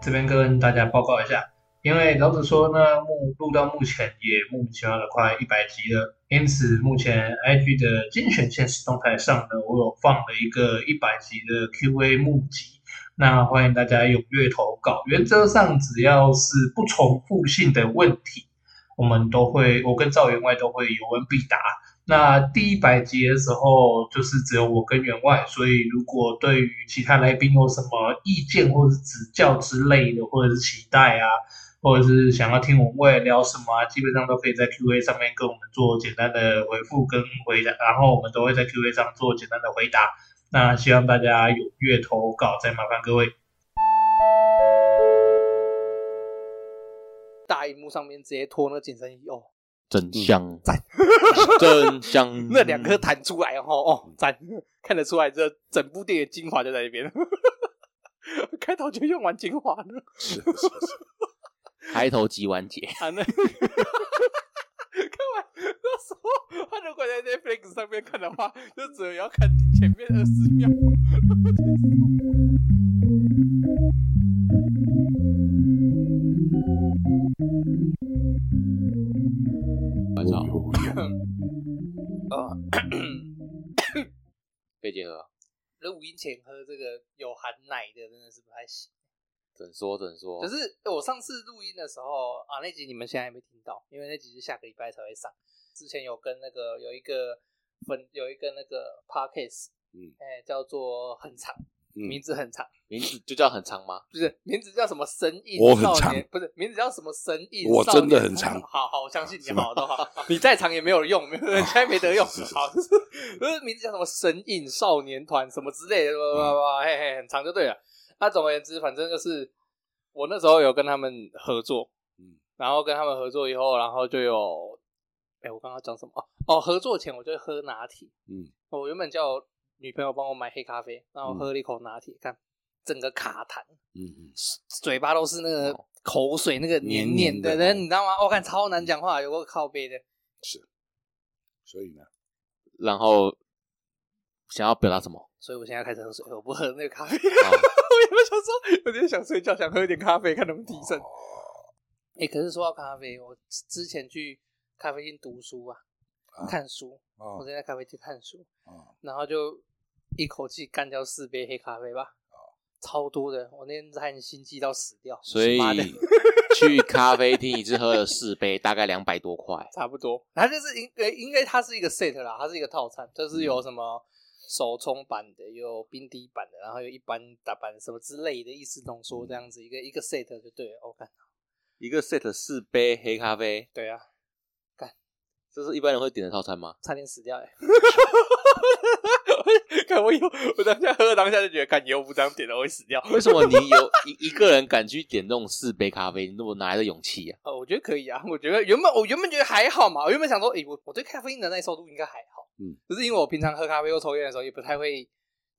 这边跟大家报告一下，因为老子说呢，目录到目前也莫名其妙的快一百集了，因此目前 IG 的精选现实动态上呢，我有放了一个一百集的 Q&A 募集，那欢迎大家踊跃投稿。原则上只要是不重复性的问题，我们都会，我跟赵员外都会有问必答。那第一百集的时候，就是只有我跟员外，所以如果对于其他来宾有什么意见或者指教之类的，或者是期待啊，或者是想要听我们未来聊什么啊，基本上都可以在 Q&A 上面跟我们做简单的回复跟回答，然后我们都会在 Q&A 上做简单的回答。那希望大家踊跃投稿，再麻烦各位。大荧幕上面直接脱那个紧身衣哦，，真香， 真香 嗯那两颗弹出来哦哦，赞， 看得出来这整部电影精华就在那边。 开头就用完精华了是是是，开头即完结，啊！那 看完那时候，他如果在 Netflix 上面看的话，就只有要看前面二十秒。晚上 啊，被结合，那五音前喝这个有含奶的真的是不太行。怎说怎说，可是欸我上次录音的时候啊，那集你们现在还没听到，因为那集是下个礼拜才会上。之前有跟那个有一个分有一个那个 podcast，嗯哎、叫做很长，嗯名字很长，名字就叫很长吗？不是名字叫什么神印我很少长年，不是名字叫什么神印，我少年真的很长好好，我相信你是吗啊好都好，你再长也没有用，没 有人家没得用。是是是好，就是就是名字叫什么神印少年团什么之类的，嗯叭叭叭，嘿嘿，很长就对了。那总而言之，反正就是我那时候有跟他们合作，嗯嗯，然后跟他们合作以后，然后就有，哎、我刚刚讲什么？哦，哦合作前我就喝拿铁，嗯，我原本叫女朋友帮我买黑咖啡，嗯然后喝了一口拿铁，看整个卡痰，嗯，嘴巴都是那个口水，那个黏黏的，黏黏的人你知道吗？我、看超难讲话，有个靠背的，所以呢，然后想要表达什 么？啊所以我现在开始喝水，我不喝那个咖啡。好我原本想说，有点想睡觉，想喝一点咖啡，看能不能提神。哦哎、可是说到咖啡，我之前去咖啡厅读书啊，啊看书，啊我在咖啡厅看书，啊，然后就一口气干掉四杯黑咖啡吧，超多的。我那天差点心悸到死掉，所以妈的 去咖啡厅一次喝了四杯，大概两百多块。差不多。它就是应呃，应该它是一个 set 啦，它是一个套餐，就是有什么手冲版的，有冰滴版的，然后有一般打版什么之类的，意思浓缩这样子一个一个 set 就对了。我、看，一个 set 四杯黑咖啡，对啊，这是一般人会点的套餐吗？差点死掉哎、看 我以后，我当下喝当下就觉得，看以后不这样点了，我会死掉。为什么你有一 一个人敢去点这种四杯咖啡？你怎么哪来的勇气啊？呃，我觉得可以啊，我觉得原本我原本觉得还好嘛，我原本想说，诶、我我对咖啡因的耐受度应该还好，嗯，就是因为我平常喝咖啡或抽烟的时候也不太会。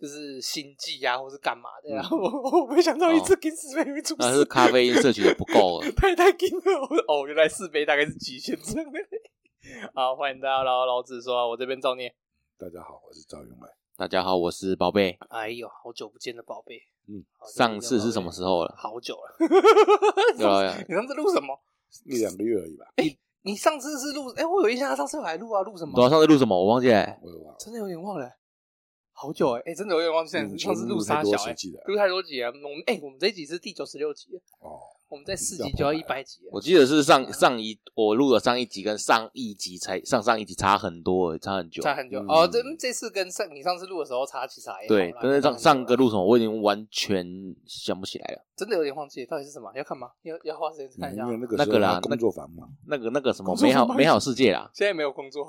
就是心悸啊，或是干嘛的、然后我我没想到一次给四杯会出嗯哦那事。是，咖啡因摄取的不够啊了 太太惊了！我哦，原来四杯大概是极限这样的。 好，欢迎大家老老子说，啊我这边造孽。大家好，我是赵永伟，大家好，我是宝贝。哎呦，好久不见的宝贝，嗯好久不见上次是什么时候 了？好久了。有啊有啊 你上次录什么？一两个月而已吧，哎你上次是录？哎、我有印象，他上次有来录啊，录什对啊，么？上次录什么？我忘记了。我也忘了，真的有点忘了，好久哎、哎、真的有点忘记了。嗯上次全部啥太多小实哎、际的录太多集了。我们哎、我们这一集是第九十六集了，哦，我们在四要集破就要百一百集了。我记得是上上一我录了上一集跟上一集才上上一集差很多，差很久。差很久、嗯哦，这这次跟上你上次录的时候差其实还好啦对，但是差上很久上个了录什么，我已经完全想不起来了。真的有点忘记到底是什么，要看吗？要要花时间看一下因。为那个那时个候啦他工作繁忙，那个那个什么工作美好方美好世界啦，现在没有工作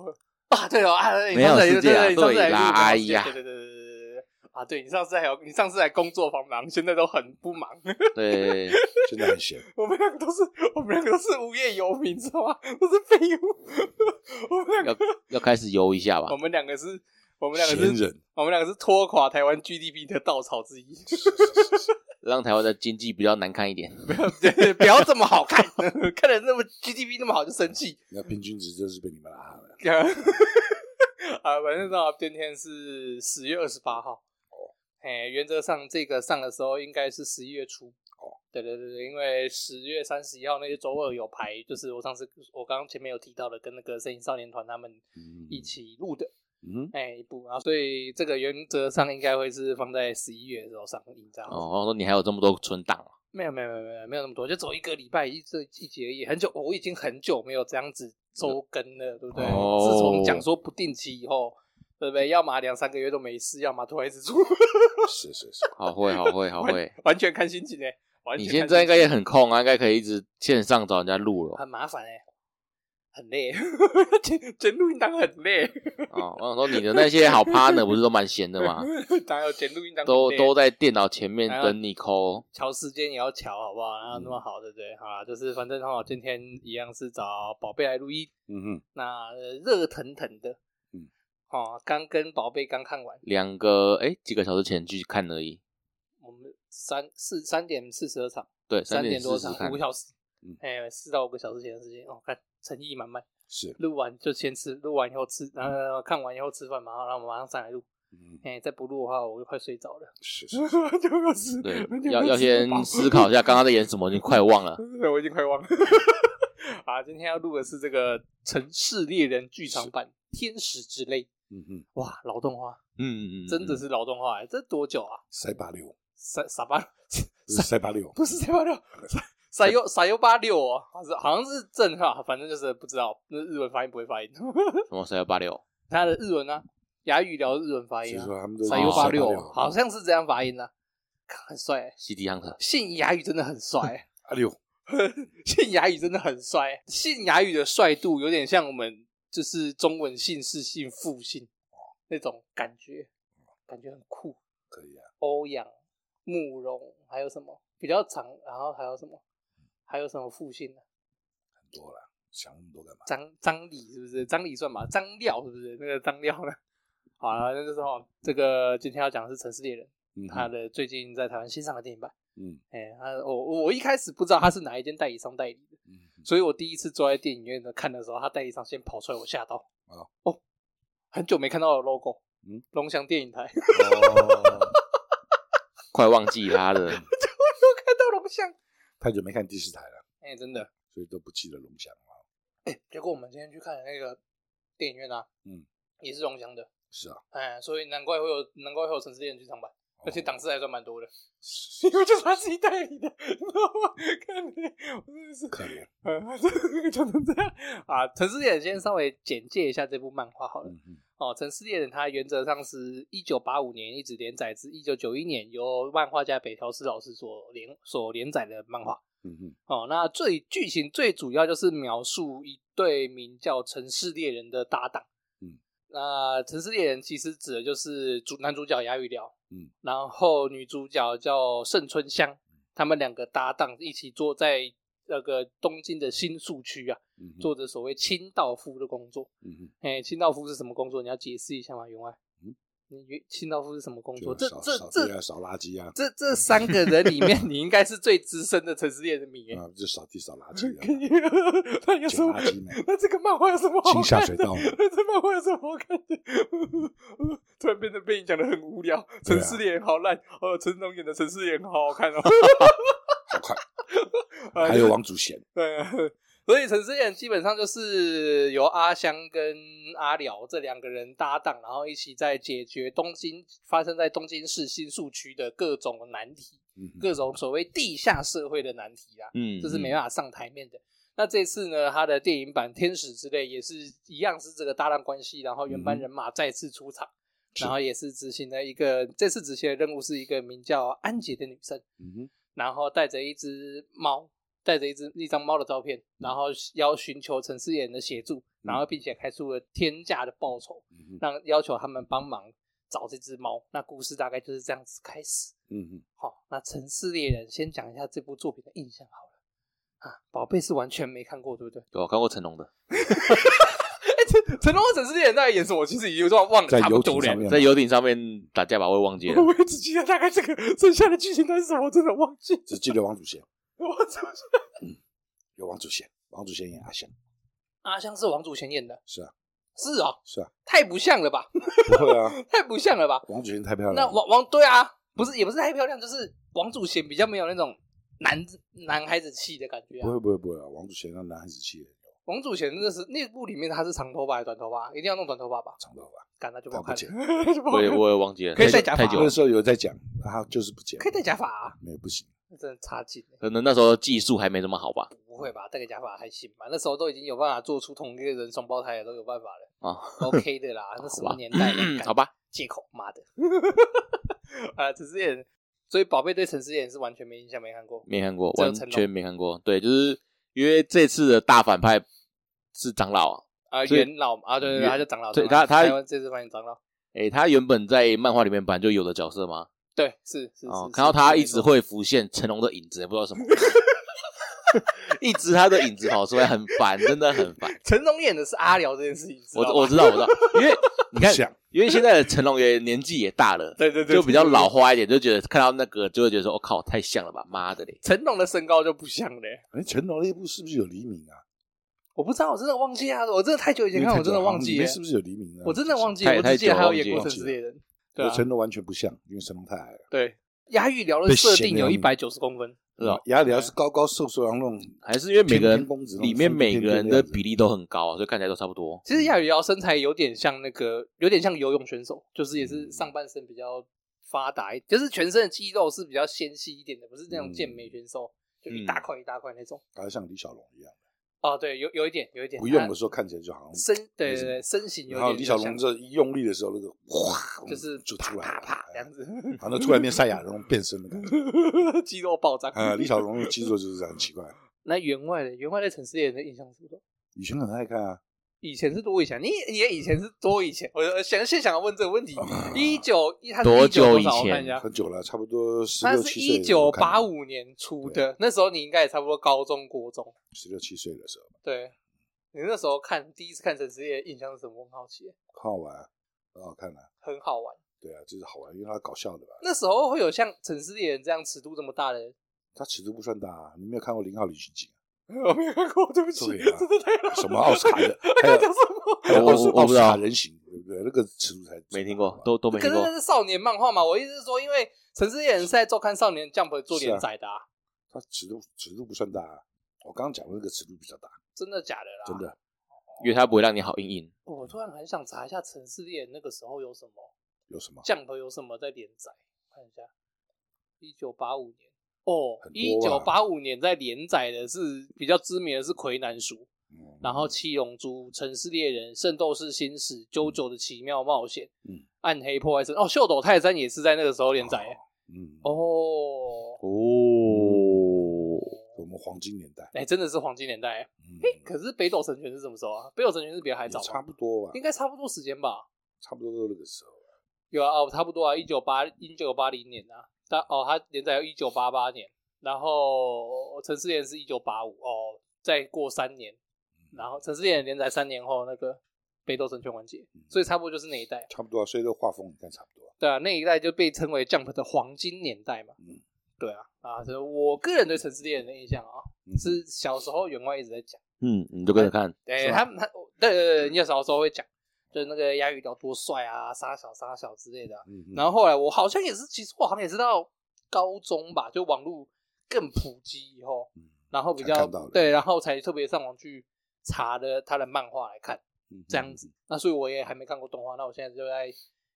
啊？对哦，啊，你没有上次来世界啊对对对，你上次来对啦录的哎呀对对对对对对对啊，对你上次还有你上次还工作繁忙，现在都很不忙。对，现在很闲，我们两个都是我们两个都是无业游民，知道吗？都是废物。我们两个要要开始游一下吧我。们两个是。我们两个闲是，人，我们两个是拖垮台湾 GDP 的稻草之一，让台湾的经济比较难看一点。 对不要这么好 看，看的那么 GDP 那么好就生气，那平均值真是被你们拉了， 啊，反正到今天是哦十月二十八号。哎、原则上这个上的时候应该是十一月初。哦，对对对对，因为十月三十一号那个周二有排，就是我上次我刚刚前面有提到的，跟那个摄影少年团他们嗯一起录的，嗯哼，哎、一部，然后所以这个原则上应该会是放在十一月的时候上映这样子。哦，我说你还有这么多存档啊，没有没有没有没有没有那么多，就走一个礼拜一这一集而已，很久，我已经很久没有这样子周更了，对不对？嗯哦自从讲说不定期以后，对不对？要么两三个月都没事，要么突然一直出， 是是是，好会好会好会，完全看心情哎、完全你看心情现在应该也很空啊，应该可以一直线上找人家录了 很麻烦哎、很累， 剪剪录音档很累，哦。我想说你的那些好 partner 不是都蛮闲的吗？ 当然有剪录音档很都累都在电脑前面还有等你抠。瞧时间也要瞧好不好？然后嗯那么好，对不对？好啦，就是反正哈，今天一样是找宝贝来录音，嗯哼，那呃热腾腾的，嗯，哦，刚跟宝贝刚看完，两个哎、几个小时前去看而已，我们三四三点四十二场，对，三点多四十场，看五，个小时嗯，哎，四到五个小时前的时间，哦，看诚意满满。是，录完就先吃，录完以后吃，然后看完以后吃饭嘛，然后我们马上上来录。嗯哎，再不录的话，我就快睡着了。是是，就是 对，要要先思考一下刚刚在演什么，你快忘了。对，我已经快忘了。 啊，今天要录的是这个《城市猎人》剧场版《天使之泪》。嗯哼，哇，劳动化，嗯嗯嗯，真的是劳动化、欸，这多久啊？塞巴六，傻傻巴，不是塞巴六，不是塞巴六，傻优傻优八六哦，好像是好像是正哈，反正就是不知道，那日文发音不会发音。什么三幺八六，他的日文啊，哑语聊日文发所以音啊，说他们都傻优优哦八八六六，哦好像是这样发音啊，看很帅、欸。 c D Hunter，信哑语真的很帅、欸。 阿啊六，信雅语真的很帅，欸信雅语的帅度有点像我们就是中文姓氏姓复姓那种感觉，感觉很酷。可以啊，欧阳、慕容还有什么比较长，然后还有什么，还有什么复姓呢？很多了，想那么多干嘛？张张李是不是？张李算吧，张廖是不是？那个张廖呢？ 好了，那就是哦，这个今天要讲的是《城市猎人》，嗯他哼，的最近在台湾新上的电影版。嗯哎、他我我一开始不知道他是哪一间代理商代理的。嗯哼，所以我第一次坐在电影院的看的时候，他代理商先跑出来，我吓到。哦哦，很久没看到的 logo，嗯，龙翔电影台， 我哦，快忘记他了。看到龙翔，太久没看第四台了，哎、真的。所以都不记得龙翔了，结果我们今天去看的那个电影院啊，嗯，也是龙翔的，是啊，哎、所以难怪会有，难怪会有城市猎人剧场版，哦而且档次还算蛮多的，是 因为就是他自己代理的， 你知道吗？看你，我真的是可怜，呃， 讲成这样啊。城市猎人先稍微简介一下这部漫画好了。嗯哼，哦，《城市猎人》它原则上是一九八五年一直连载至一九九一年，由漫画家北条司老师所连所连载的漫画。嗯哼，哦，那最剧情最主要就是描述一对名叫城市猎人的搭档。嗯，那城市猎人其实指的就是主男主角牙语聊，嗯，然后女主角叫盛春香，他们两个搭档一起坐在那个东京的新宿区啊，嗯哼，做着所谓清道夫的工作。嗯哼，哎、清道夫是什么工作？你要解释一下吗，员外？嗯你原清道夫是什么工作？就这少这少对这啊少垃圾啊这这三个人里 面，你应该是最资深的城市猎人迷耶。啊，就扫地扫垃圾啊，那有什捡么垃？圾呢，那这个漫画有什么好请下看水的？ 道这漫画有什么好看的？ 突然变得被你讲的很无聊。啊城市猎人好烂，哦，成龙演的城市猎人好好看哦。好快， 啊还有王祖贤，对， 所以城市猎人基本上就是由阿香跟阿辽这两个人搭档，然后一起在解决东京发生在东京市新宿区的各种难题，嗯哼，各种所谓地下社会的难题啊，嗯，这是没办法上台面的。那这次呢，他的电影版《天使之泪》也是一样是这个搭档关系，然后嗯原班人马再次出场，是然后也是执行了一个这次执行的任务是一个名叫安杰的女生。嗯哼，然后带着一只猫，带着一只一张猫的照片，嗯然后要寻求陈思妍的协助，然后并且开出了天价的报酬，嗯哼，让要求他们帮忙找这只猫。那故事大概就是这样子开始。嗯哼。好、那《城市猎人》先讲一下这部作品的印象好了。啊，宝贝是完全没看过，对不对？有我啊看过成龙的，哎，成成龙和《城市猎人》在演什么？我其实已经忘了在差不游多艇了上。面吗，在游艇上面打架吧，我也忘记 了。我也只记得大概这个剩下的剧情，但是什么我真的忘记了。只记得王祖贤，我真的有王祖贤，王祖贤演阿翔，阿香是王祖贤演的，是啊，是哦，是啊，太不像了吧？不会啊，太不像了吧？王祖贤太漂亮了，那王王对啊，不是也不是太漂亮，就是王祖贤比较没有那种男男孩子气的感觉不啊。会不会不会啊，王祖贤让男孩子气的王祖贤那是那部里面他是长头发还是短头发？一定要弄短头发吧？长头发，干那就不好他不看 剪了，就不好我也看。我也忘记了，可以太戴假太发久那了，时候有在讲，他就是不剪，可以戴假发啊，没有不行，真的差劲了。可能那时候技术还没这 么好吧？不会吧？戴个假发还行吧？那时候都已经有办法做出同一个人双胞胎了，都有办法了啊， ，OK 的 啦。那什么年代了？干好吧，借口，妈的！ 啊，陈思妍，所以宝贝对陈思妍是完全没印象，没看过。没看过，只有完成龙全没看过。对，就是因为这次的大反派是长老啊，啊，所以元老嘛啊，对对对，元他就长老。对长老他他台湾这次扮演长老，诶，他原本在漫画里面本来就有的角色嘛，对，是是。哦，是看到他一直，是会浮现成龙的影子，也不知道什么，一直他的影子跑出来，很烦，真的很 烦。没错成龙演的是阿辽这件事情，你知道我吗我知道我知道，因为你看不，像因为现在的成龙也年纪也大了，对对对，就比较对老。花一点，就觉得看到那个就会觉得说，我、哦靠，太像了吧，妈的嘞！对对成龙的身高就不像嘞，哎，成龙那一部是不是有黎明啊？我不知道，我真的忘记啊，我真的太久以前看，我真的忘里记面了，是不是有黎明啊？我真的忘记，记了，太我只记得太还久了有演过《忘城记市了猎人》，对和啊，成龙完全不像，因为成龙太矮了。对。押玉聊的被设闲定有聊一你百九十公分，是吧？雅哎里要是高高瘦瘦，然后那种还是因为每个人天公子那种里面每个人的风度翩翩的样子比例都很高、啊，所以看起来都差不多。嗯其实亚宇瑶身材有点像那个，有点像游泳选手，就是也是嗯上半身比较发达一，就是全身的肌肉是比较纤细一点的，不是那种健嗯美选手，就一大块一大块那种。还像李小龙一样，哦，对，有有一点，有一点。不用啊的时候看起来就好像。身，对对对，身形有然后点。李小龙这一用力的时候，那个 哗，就是就出来啪了，啪这样子，然后突然变赛亚人变身的感觉。 肌肉暴涨。呃，李小龙的肌肉就是这样很奇怪。那员外的员外对城市猎人的印象是什么？以前很爱看啊，以前是多以前，你你也以前是多以前，我想现想要问这个问哦题，一九一他是多19久多少以我前看一下，很久了，差不多十它六是七一岁。九八，五年出的，那时候你应该也差不多高中、国中。十六七岁的时候，对，你那时候看第一次看《陈思夜》，印象是什么？我很好奇，很好玩，很好看啊。很好玩。对啊，就是好玩，因为它搞笑的吧。那时候会有像《陈思夜》这样尺度这么大的，它尺度不算大啊，你没有看过《零号旅行记 我没看过，对不起，对啊真的太老》了。什么奥斯卡 的，还要有讲什 么？还有奥斯我我我奥不知斯道卡人形，对不对？那个尺度才没听过，都都没可听是过那。是少年漫画嘛？我意思是说，因为《陈思夜》是在周刊《少年 Jump》做连载的、啊，它尺度尺度不算大啊。我刚刚讲的那个尺度比较大，真的假的啦？真。的因为它不会让你好硬硬。哦我突然很想查一下《陈思夜》那个时候有什么。有什么？降头有什么在连载？看一下，一九八五年哦，很一多九吧八五年在连载的是比较知名的是《魁南鼠》，嗯然后《七龙珠》《城市猎人》《圣斗士星矢》《啾啾的奇妙冒险》嗯暗黑破坏神》哦，《秀斗泰山》也是在那个时候连载嗯哦。哦，我们黄金年代，哎、真的是黄金年代。嗯嘿，可是北斗神拳是什么时候啊？北斗神拳是比较还也早吗，差不多吧应，该差不多时间吧？差不多都那个时候。有啊，哦，差不多啊，一九八一九八零年啊，但哦，它连载一九八八年，然后《城市猎人》是一九八五哦，再过三年，嗯然后《城市猎人》连载三年后，那个《北斗神拳》完结，嗯所以差不多就是那一代，差不多啊，所以这个画风你看差不多啊。对啊，那一代就被称为 Jump 的黄金年代嘛，嗯对啊，啊，所以我个人对《城市猎人》的印象啊，嗯是小时候员外一直在讲，嗯，你就跟着看。对是吧他们，他哦对对对，你有小时候会讲，就是那个亚语聊多帅啊，杀小杀小之类的啊、嗯然后后来我好像也是，其实我好像也是到高中吧，就网络更普及以后，嗯然后比才较看到的对，然后才特别上网去查了他的漫画来看，嗯这样子。那所以我也还没看过动画，那我现在就在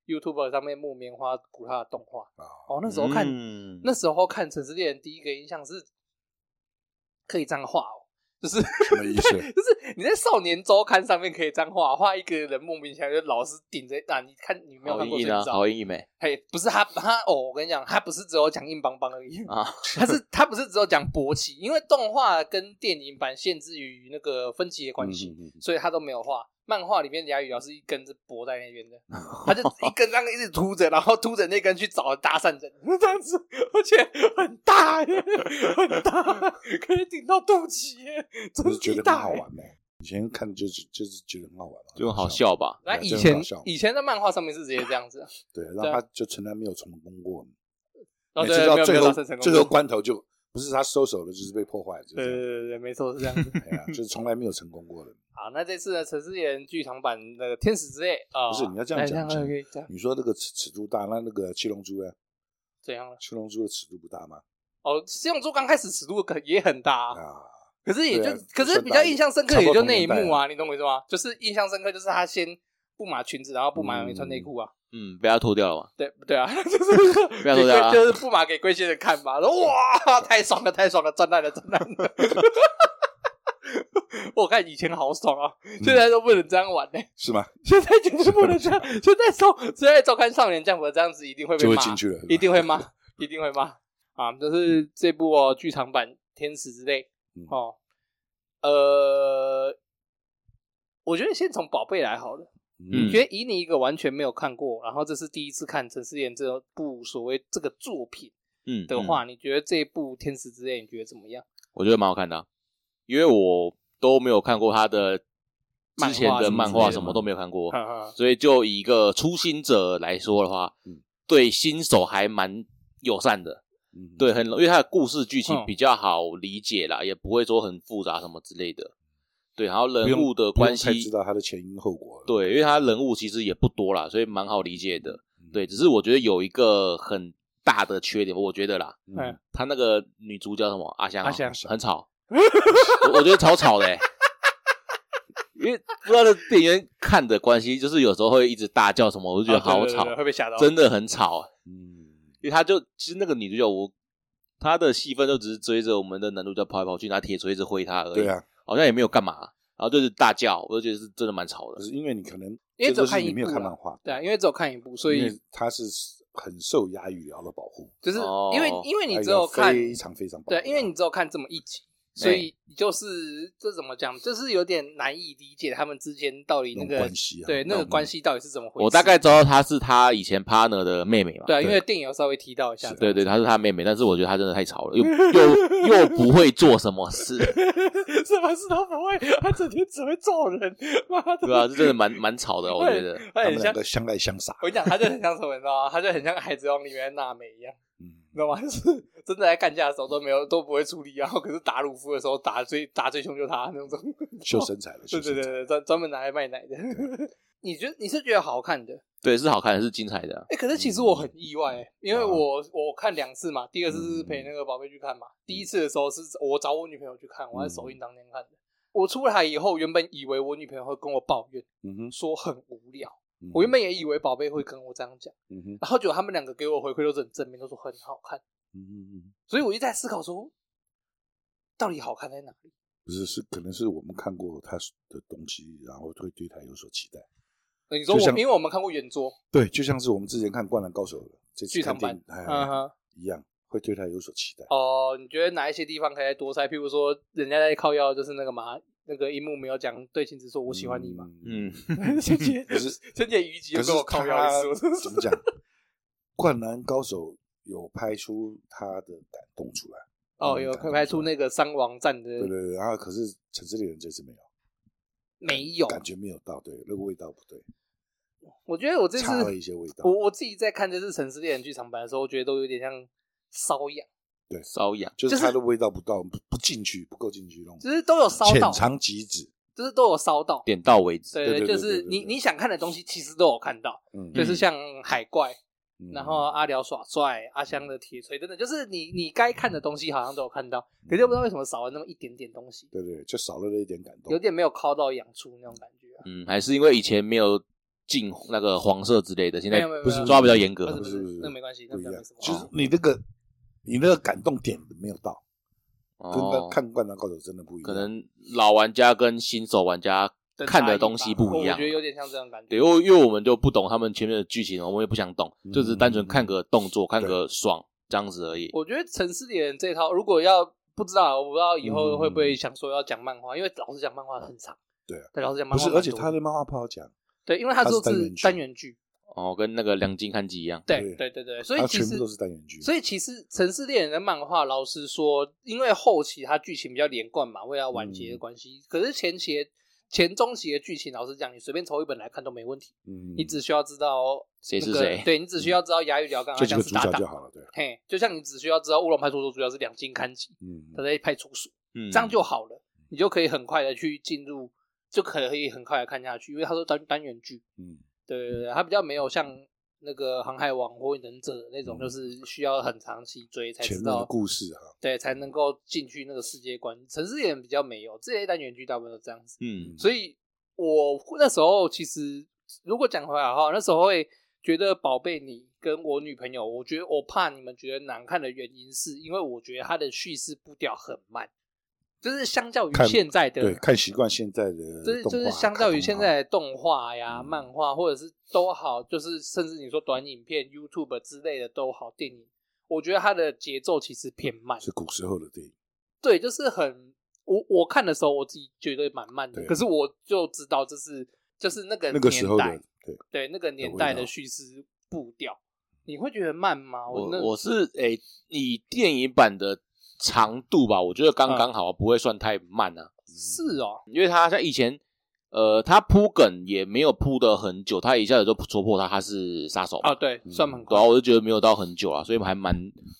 YouTube 上面木棉花补他的动画。啊，哦，那时候看，嗯那时候看《城市猎人》第一个印象是可以这样画哦，就是什么意思？就是你在少年周刊上面可以这样画，画一个人莫名其妙就老是顶着啊，你看你没有好看过所硬以硬你啊，知道好硬硬没嘿，不是他他哦，我跟你讲，他不是只有讲硬邦邦而已，啊？他是他不是只有讲勃起，因为动画跟电影版限制于那个分级的关系，嗯嗯嗯所以他都没有画。漫画里面牙语老师一根是勃在那 边的，他就一根这样一直凸着，然后凸着那根去找搭讪人， 这样子，而且很大耶，很大，可以顶到肚脐耶，我真是觉是得大欸很好耶玩呢。以前看就是就是觉得很好玩嘛，就很好。笑吧？那对以真的前好笑以前的漫画上面是直接这样子 啊，对，然对后啊他就从来没有成功过，哦每对，次没有到没最有后达成成功最后过，关头就不是他收手了，就是被破坏，就对对是对对，没错是这样子。这样哎呀，就是从来没有成功过的。好，那这次的陈思妍剧场版那个《天使之泪》啊，不是你要这样讲哎这样可以这样你说那个尺尺度大，那那个七龙珠呢？怎样了？七龙珠的尺度不大吗？哦，狮用座刚开始尺度可也很大、啊，啊，可是也就、对啊可是比较印象深刻也就那一差不幕多啊，你懂我意思吗？就是印象深刻就是他先不码裙子，然后不码没穿内裤啊，嗯，被他脱掉了嘛？对对啊， 就是不要说这样啊就是不码给龟仙人看嘛，然后哇，太爽了，太爽了，赚烂了，赚烂了。 我看以前好爽啊，嗯现在都不能这样玩呢、是吗？现在简直不能 这样。现在周现在周刊少年降佛这样子一定会被就骂，会进去了，一定会 骂，一定会骂啊！就是这部哦，剧场版《天使之泪嗯》哦，呃，我觉得先从宝贝来好了。嗯觉得以你一个完全没有看过，然后这是第一次看陈思妍这部所谓这个作品嗯的嗯话，你觉得这一部《天使之泪》你觉得怎么样？我觉得蛮好看的啊、因为我都没有看过他的之前的漫画，什么都没有看嗯过，哈哈，所以就以一个初心者来说的话，嗯对新手还蛮友善的，嗯对，很因为它的故事剧情嗯比较好理解啦，也不会说很复杂什么之类的，对，然后不人用物的不用关系太知道他的前因后果了，对，因为他人物其实也不多啦，所以蛮好理解的。嗯对，，只是我觉得有一个很大的缺点，我觉得啦，嗯嗯，他那个女主角什么阿香啊、阿香 很吵，我我觉得超吵的、欸，因为不知道的店员看的关系，就是有时候会一直大叫什么，我就觉得好啊对对对吵，对会被吓到。真的很吵。欸嗯，因为他就其实那个女主角我。她的戏份就只是追着我们的男主角跑来跑去，拿铁锤子挥他而已，对啊，好像也没有干嘛，然后就是大叫，我就觉得是真的蛮吵的可。是因为你可能因为只有这都是看一你没有部看啦漫画，对啊，因为只有看一部，所因以为他是很受压抑疗的保护，就是哦因为因为你只有看它哎一定要非常非常保护对它，，因为你只有看这么一集，所哎以你就是这怎么讲，就是有点难以理解他们之间到底那那种个关系啊对那那个种关系到底是怎么回事。我大概知道她是她以前 partner 的妹妹嘛。对啊，因为对电影有稍微提到一下是，对对，她是她妹妹，但是我觉得她真的太吵了，又又又不会做什么事，什么事都不会，他整天只会揍人，妈的对吧、啊？这真的蛮蛮吵的，我觉得。他他很们像两，个相爱相 杀，我跟你讲，他就很像什么，你知道吗？他就很像《海贼王》里面的娜美一样，嗯，你知道吗？就是真的在干架的时候都没有都不会处理，然后可是打鲁夫的时候打最打最凶就他那种。秀身材了，哦对秀对对身材，对，专专门拿来卖奶的。 你觉得你是觉得好看的？对，是好看的，是精彩的啊。哎、可是其实嗯我很意外、欸，因为啊我我看两次嘛，第二次是嗯陪那个宝贝去看嘛，第一次的时候是我找我女朋友去看，我在嗯首映当天看的。我出来以后，原本以为我女朋友会跟我抱怨，嗯哼，说很无聊。嗯我原本也以为宝贝会跟我这样讲，嗯哼，然后结果他们两个给我回馈都是很正面，都说很好看，嗯哼嗯哼，所以我一直在思考说，到底好看在哪里？不是是可能是我们看过他的东西，然后会对他有所期待，你说我就，像因为我们看过原作对，就像是我们之前看《灌篮高手》这次剧场看版电，哎嗯哼，一样，会对他有所期待，哦，你觉得哪一些地方可以再多塞？譬如说，人家在靠腰，就是那个嘛，那个樱木没有讲对晴子说“我喜欢你”嘛。嗯 嗯，陈姐，可是陈姐虞姬可又是跟我靠腰一次，我真他的 怎是么讲？《灌篮高手》有拍出他的感动出来，哦，有感可动以拍出那个伤亡战的对对对。然后可是城市猎人这次没有，没有？感觉没有到，对，那个味道不对，我觉得我这次差了一些味道我。我自己在看这次《城市猎人》剧场版的时候，我觉得都有点像瘙痒，瘙痒。就是它的味道不到，不不进去，不够进去弄，就是都有烧到浅，尝即止。就是都有烧到。点到为止。啊对对对就对是对对你对你想看的东西，其实都有看到，嗯，就是嗯像海怪，嗯然后啊阿辽耍帅，阿香的铁锤等等，就是你你该看的东西好像都有看到，嗯可是又不知道为什么少了那么一点点东西，对对，就少了那一点感动有。点没有靠到痒处那种感觉、啊。嗯，还是因为以前没有进那个黄色之类的，现没在有没有不是没有抓比较严格哦不。是不是不啊是不是那没关系，那不一没样什么，。哦就是你那个你那个感动点没有到，跟他哦，看《灌篮高手》真的不一样。可能老玩家跟新手玩家看的东西不一我样觉。得有点像这样的感觉。对，因为因为我们就不懂他们前面的剧情，哦我们也不想懂，就只是单纯看嗯个动作，看个爽这样子而已。我觉得《城市猎人》这一套，如果要不知道，啊我不知道以后会不会想说要讲漫画，因为老师讲漫画很长。嗯对啊对，老师讲漫不画蛮是，多而且他的漫画不好讲，对，因为他它是都单是元剧单元剧。哦，跟那个《梁金看集》一样。对对对对对，所以他其全实部都是单元剧。所以其实《城市猎人》的漫画，老实说，因为后期它剧情比较连贯嘛，为了完嗯结的关系，可是前期的前中期的剧情，老实讲，你随便抽一本来看都没问题，嗯你只需要知道谁是那个谁对你只需要知道牙与聊刚刚就几讲个是主搭角档就好了，对，嘿，就像你只需要知道乌龙派出所主角是两金刊吉，嗯他，在派出所，嗯，这样就好了，你就可以很快的去进入，就可以很快的看下去，因为它是单单元剧，嗯，对对对，它比较没有像那个航海王火影忍者的那种，就是需要很长期追才嗯前知面的道，故事啊哈，对，才能够进去那个世界观。城市演比较没有，这些单元剧大部分都这样子。嗯，所以我那时候其实，如果讲回来的话，那时候会觉得宝贝你跟我女朋友，我觉得我怕你们觉得难看的原因，是因为我觉得它的叙事步调很慢，就是相较于看现在的对，看习惯现在的就是动就是画相较于现，卡通在的动画呀、嗯漫画，或者是都好，就是甚至你说短影片、YouTube 之类的都好，电影，我觉得它的节奏其实偏慢哈。是古时候的电影，对，就是很我我看的时候，我自己觉得蛮慢的，对可是我就知道这是就是那个那个时候年的代对，对那个年味代的道叙事步调，你会觉得慢吗？我那我是诶、以电影版的长度吧，我觉得嗯刚刚好，啊不会算太慢啊，是哦，因为它像以前。呃，它铺梗也没有铺的很久，它一下子就戳破他他是杀手嘛啊对，嗯算蛮对快啊，，我就觉得没有到很久啊，所以还蛮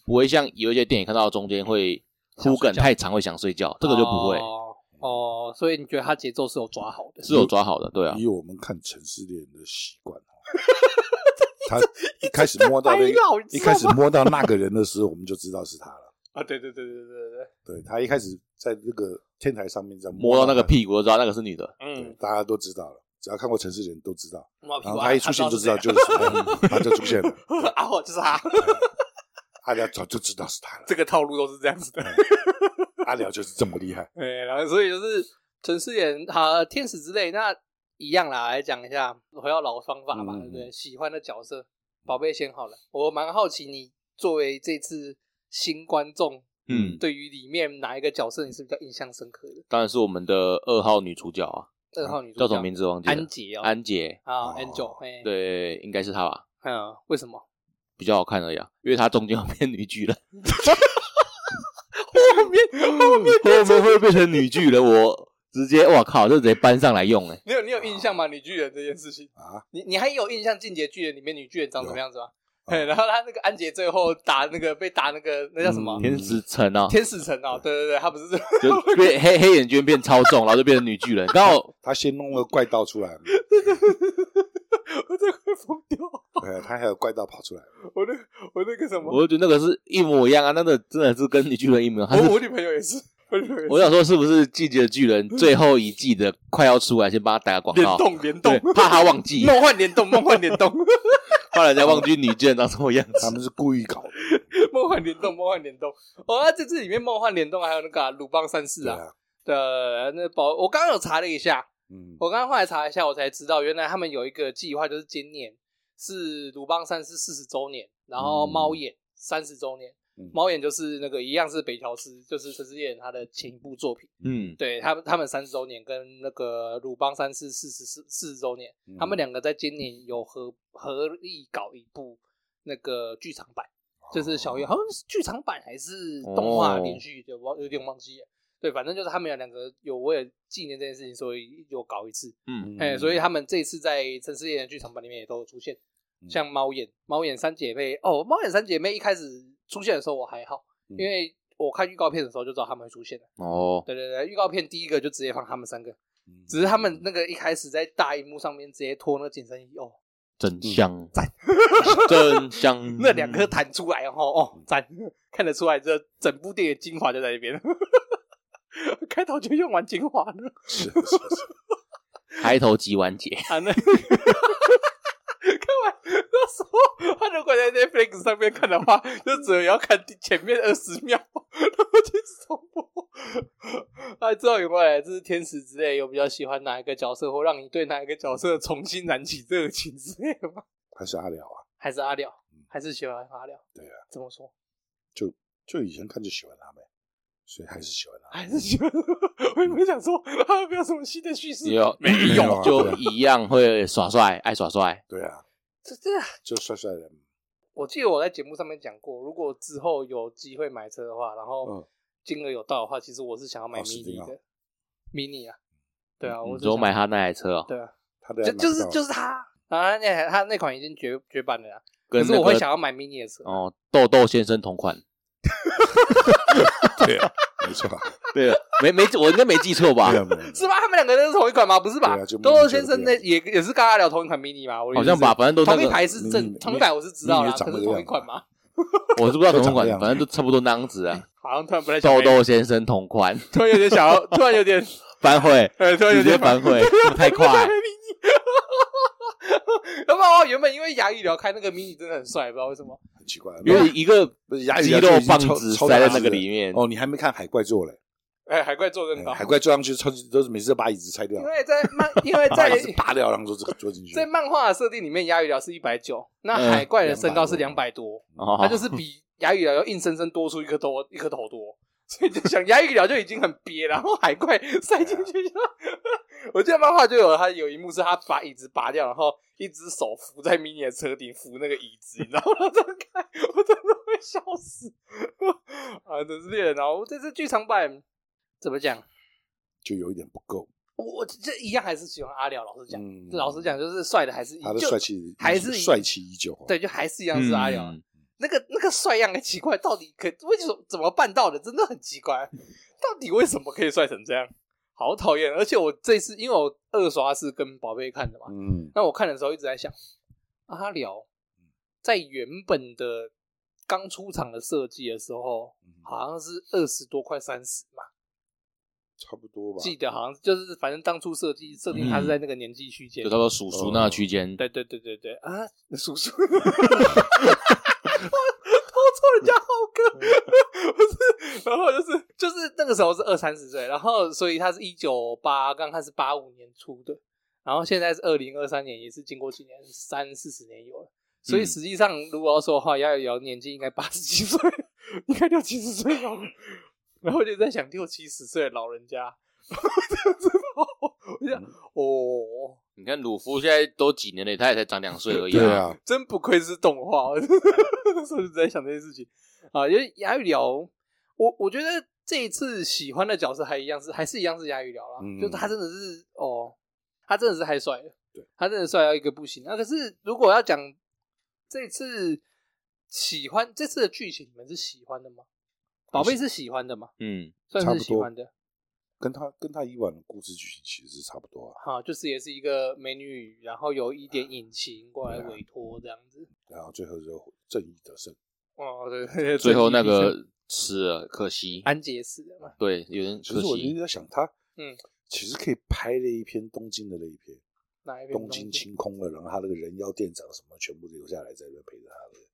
不会像有一些电影看到中间会铺想睡梗觉太长会想睡觉，这个就不会，哦哦，所以你觉得它节奏是有抓好的？是有抓好的，对啊，以我们看城市猎人的习惯 哈，他一开始摸到那哎呀我个，知一道开始摸到那个人的时候，我们就知道是他了。啊，对对对对对对，对他一开始在那个天台上面在摸到那个屁，屁股就知道那个是女的，嗯对，大家都知道了，只要看过城市猎人都知道。猫屁然股后啊，他一出现就知道就是嗯他，他就出现 了，是谁啊，我就是他，阿廖早就知道是他了。嗯这个套路都是这样子的。阿廖就是这么厉害，对，然后所以就是陈思妍啊，天使之泪那一样啦，来讲一下回到老方法吧，嗯对不对？喜欢的角色，宝贝先好了，我蛮好奇你作为这次新观众，嗯，对于里面哪一个角色你是比较印象深刻的？当然是我们的二号女主角啊，二号女主角叫什么名字忘记了，安杰哦，安杰，啊哦，Angel，哎，，对，应该是她吧，嗯，为什么？比较好看而已啊，因为她中间有变女巨人，后面后面 会不会变成女巨人？我直接，哇靠，这直接搬上来用哎， 你有你有印象吗？女巨人这件事情啊？你你还有印象《进阶巨人》里面女巨人长什么样子吗？有啊嘿然后他那个安杰最后打那个被打那个那叫什么、嗯天使城啊，天使城哦，对对对，他不是这 就变黑黑眼圈变超重，然后就变成女巨人，刚好他先弄了怪盗出 来了，我这快疯掉，对，他还有怪盗跑出来了，我那我那个什么，我就觉得那个是一模一样啊，那个真的是跟女巨人一模一样，她是我我女朋友也是，我女朋友也是我想说，是不是《进击的巨人》最后一季的快要出来，先帮他打个广联告，动联哦对动，，怕他忘记， 梦幻联动，梦幻联动， 怕人家忘记女巨人长什么样他子。们是故意搞的，梦幻联动，梦幻联动。哦，那这次里面梦幻联动还有那个啊鲁、邦三世对啊，啊，对，那宝我刚刚有查了一下，嗯，我刚刚后来查一下，我才知道原来他们有一个计划，就是今年是鲁邦山是四十周年，然后嗯猫眼三十周年。嗯猫眼就是那个一样是北条司，就是陈思燕他的前一部作品， 嗯，对他们他们三十周年跟那个鲁邦山是四十四四十周年，嗯他们两个在今年有合合力搞一部那个剧场版，就是小月好像是剧场版还是动画哦连续，就忘有点忘记了。对，反正就是他们有两个有为了纪念这件事情，所以有搞一次。嗯哎、所以他们这次在陈思妍的剧场版里面也都有出现，嗯像猫眼、猫眼三姐妹。哦，猫眼三姐妹一开始出现的时候我还好，嗯因为我看预告片的时候就知道他们会出现了。哦，对对对，预告片第一个就直接放他们三个，嗯只是他们那个一开始在大荧幕上面直接脱那个紧身衣，哦，真香，真 香，那两颗弹出来，哦哦，赞，看得出来这整部电影精华就在那边。 开头就用完精华了是是是，开头即完结，啊！那看完那时候，哦他如果在 Netflix 上面看的话，就只有要看第前面二十秒，然后去重播。啊，之后有没有来自天使之类，有比较喜欢哪一个角色，或让你对哪一个角色重新燃起热情之类的吗？还是阿廖啊，还是阿廖，还是喜欢阿廖？对啊，怎么说？就以前看就喜欢他们，所以还是喜欢他们。还是喜欢？我原本想啊说，他有没有什么新的叙事？也有嗯没有 啊就一样会耍帅，爱耍帅，对啊，这这就帅帅的，嗯我记得我在节目上面讲过，如果之后有机会买车的话，然后嗯金额有到的话，其实我是想要买哦是这 mini 样的、mini 啊，对啊，我你是就想买他那台车哦，对啊，他的就就是就是是它，然后啊那它那款已经绝绝版了啊，可跟是那我会个哦想要买 mini 的车，哦豆豆先生同款，啊没错， 对，没没我应该没记错吧啊对？啊，没有没有是吧？他们两个都是同一款吗？不是吧对啊就？豆豆先生明那明就也也是跟他聊同一款 mini 吗？我的好意思像吧，是反正都那同一个，台是正明明同一台，我是知道啦，明明可就长是这个同一样款吗？我是不知道同都长款这，样反正都差不多那样子啊。好像突然不太想豆买，豆先生同款， 突然有点想要，突然有点，反悔，呃，突然有直接点反悔， 太 快。然后原本因为牙医聊开那个 mini 真的很帅，不知道为什么。很奇怪，因为一个不是牙肌肉棒子塞在那个里面。面，哦，你还没看海怪座嘞？哎，海怪坐更高，海怪坐上去，超级都是每次都把椅子拆掉因，为在漫，因为把在椅子拔掉，然后坐坐进去。在漫画的设定里面，牙语聊是一百九，那嗯海怪的身高是两百200多，哦他就是比牙语聊要硬生生多出一颗头一颗头多，所以就想牙语聊就已经很憋，然后海怪啊塞进去就， 我记得漫画就有他有一幕是他把椅子拔掉，然后一只手扶在 mini 的车顶扶那个椅子，你知道吗？ 这样看我真的会笑死 啊！真是猎人啊！我这次剧场版怎么讲？就有一点不够，我我这一样还是喜欢阿廖，老实讲，嗯老实讲就是帅的还是他的就帅气还是帅气依旧。，啊对，就还是一样啊嗯是阿瑶。那个那个帅样很奇怪，到底可为什么怎么办到的？真的很奇怪，到底为什么可以帅成这样？好讨厌！而且我这次因为我二刷是跟宝贝看的嘛，嗯，那我看的时候一直在想，阿辽在原本的刚出场的设计的时候，嗯好像是二十多快三十嘛，差不多吧。记得好像就是反正当初设计设定他是在那个年纪区间就差，不多叔叔那区间，对对对对对啊，叔叔，我偷错人家浩哥， 不是，然后就是就是那个时候是二三十岁，然后所以他是一九八，刚开始八五年出的，然后现在是二零二三年，也是经过几年三四十年有了，所以实际上如果要说的话，姚瑶瑶年纪应该八十几岁，应该六七十岁了，然后我就在想六七十岁的老人家。 我就哦，你看鲁夫现在都几年了，他也才长两岁而已。对，啊，真不愧是动画， 我那时候就在想这件事情啊。因为牙语聊，我我觉得这一次喜欢的角色还一样是，还是一样是牙语聊啦，嗯就是他真的是哦，他真的是太帅了，对他真的帅到一个不行。那、可是如果要讲这次喜欢这次的剧情，你们是喜欢的吗？宝贝是喜欢的吗？嗯，算差不是多喜欢的跟他跟他以往的故事剧情其实是差不多啊。哈、就是也是一个美女，然后有一点隐情过来委托这样子。然后最后就正义得胜，哦，对，最后那 个吃了，可惜。安杰死了嘛？对，有点其可实我一惜。直在想他，嗯，其实可以拍了一篇东京的那一篇，哪一边？东京清空了，然后他那个人妖店长什么全部留下来在那边陪着他的。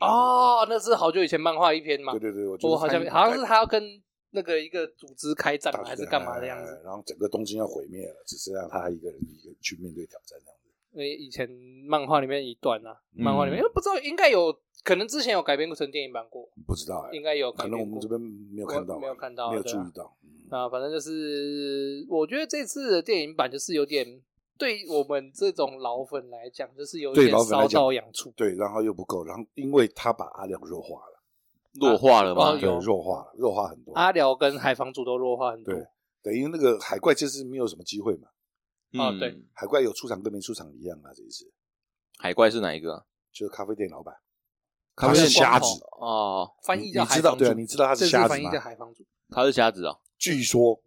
哦，那是好久以前漫画一篇嘛。对对对，我觉得我好像他好像是他要跟那个一个组织开战大嘛，还是干嘛的样哎子？然后整个东京要毁灭了，只剩下他一个人一个去面对挑战这样子。因为以前漫画里面一段啊，嗯漫画里面因为不知道应该有，可能之前有改编成电影版过，不知道哎、应该有改可编过。能我们这边没有看到啊，我没有看到没有对注啊意到。嗯啊，反正就是我觉得这次的电影版就是有点。对我们这种老粉来讲，就是有一对点老粉烧来讲到痒处。对，然后又不够，然后因为他把阿廖弱化了，弱化了嘛啊？对有，啊弱化了，弱化很多。阿辽跟海房主都弱化很多对，等于那个海怪这次没有什么机会嘛，啊嗯对。海怪有出场跟没出场一样啊，这一次海怪是哪一个啊？就是咖啡店老板，咖他啡是店瞎子光，哦，翻译你叫你海知房道主，对啊，你知道他这是次瞎子翻译叫吗？海房主。他是瞎子哦。据说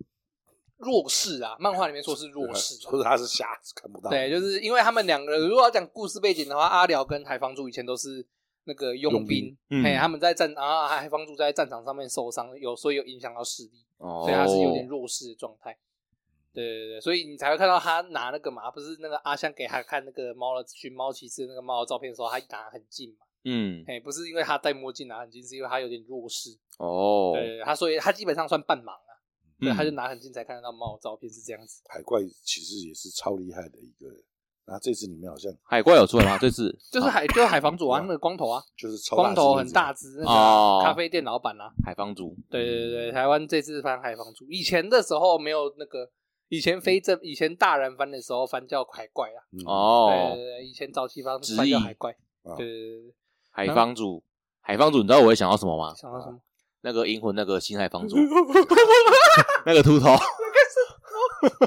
弱势啊，漫画里面说是弱 势，说他是瞎子看不到，对，就是因为他们两个人，如果要讲故事背景的话，阿辽跟海房主以前都是那个佣佣兵兵，嗯哎、他们在战啊，海房主在战场上面受伤，有所以有影响到视力，哦，所以他是有点弱势的状态。对对对，所以你才会看到他拿那个嘛，不是那个阿香给他看那个猫的寻猫骑士那个猫的照片的时候，他拿很近嘛，嗯，哎、不是因为他戴墨镜拿很近，是因为他有点弱势，哦，对，他所以他基本上算半盲啊，对，嗯他就拿很近才看得到猫的照片是这样子。海怪其实也是超厉害的一个人。然后这次里面好像海怪有出来吗？这次 就是啊海就是海房主啊，那个光头啊，就是超大光头很只的大那只，那个啊哦咖啡店老板啊，海方族，对对对，台湾这次翻海房主，以前的时候没有那个，以嗯前非正，以前大人翻的时候翻叫海怪啊，种，对嗯，哦对，对，以前早期翻直译翻叫海怪，对啊对对对，海方族，海方族，你知道我会想到什么吗？想哦到什么？ 那个银魂，那个新海方族，那个秃应头，该是超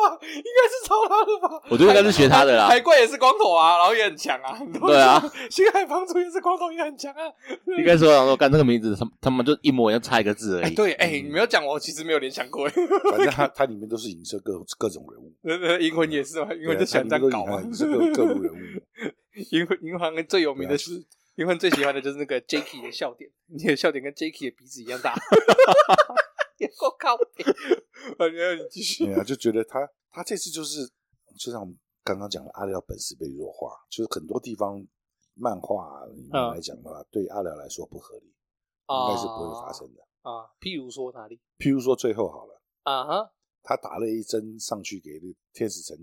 吧，应该是抄他的吧？我觉得应该是学他的啦海怪也是光头啊，然后也很强啊。很多对啊，星海帮主也是光头，也很强啊。应该说，我干这个名字，他们他们就一模一样，差一个字而哎，已。对，哎，你没有讲，我其实没有联想过。 反正它它里面都是影射各各种人物，那那银魂也是嘛，银对魂啊就喜欢这它里样面搞都嘛。影射各各路人物。 银魂银魂最有名啊的是，银魂最喜欢的就是那个 Jacky 的笑点，你的笑点跟 Jacky 的鼻子一样大。 也够靠北， 啊然后你继续对啊，就觉得他他这次就是，就像我们刚刚讲的，阿廖本是被弱化，就是很多地方漫画里面嗯来讲的话，对阿廖来说不合理，啊应该是不会发生的。啊。譬如说哪里譬如说最后好了，啊哈他打了一针上去给那天使城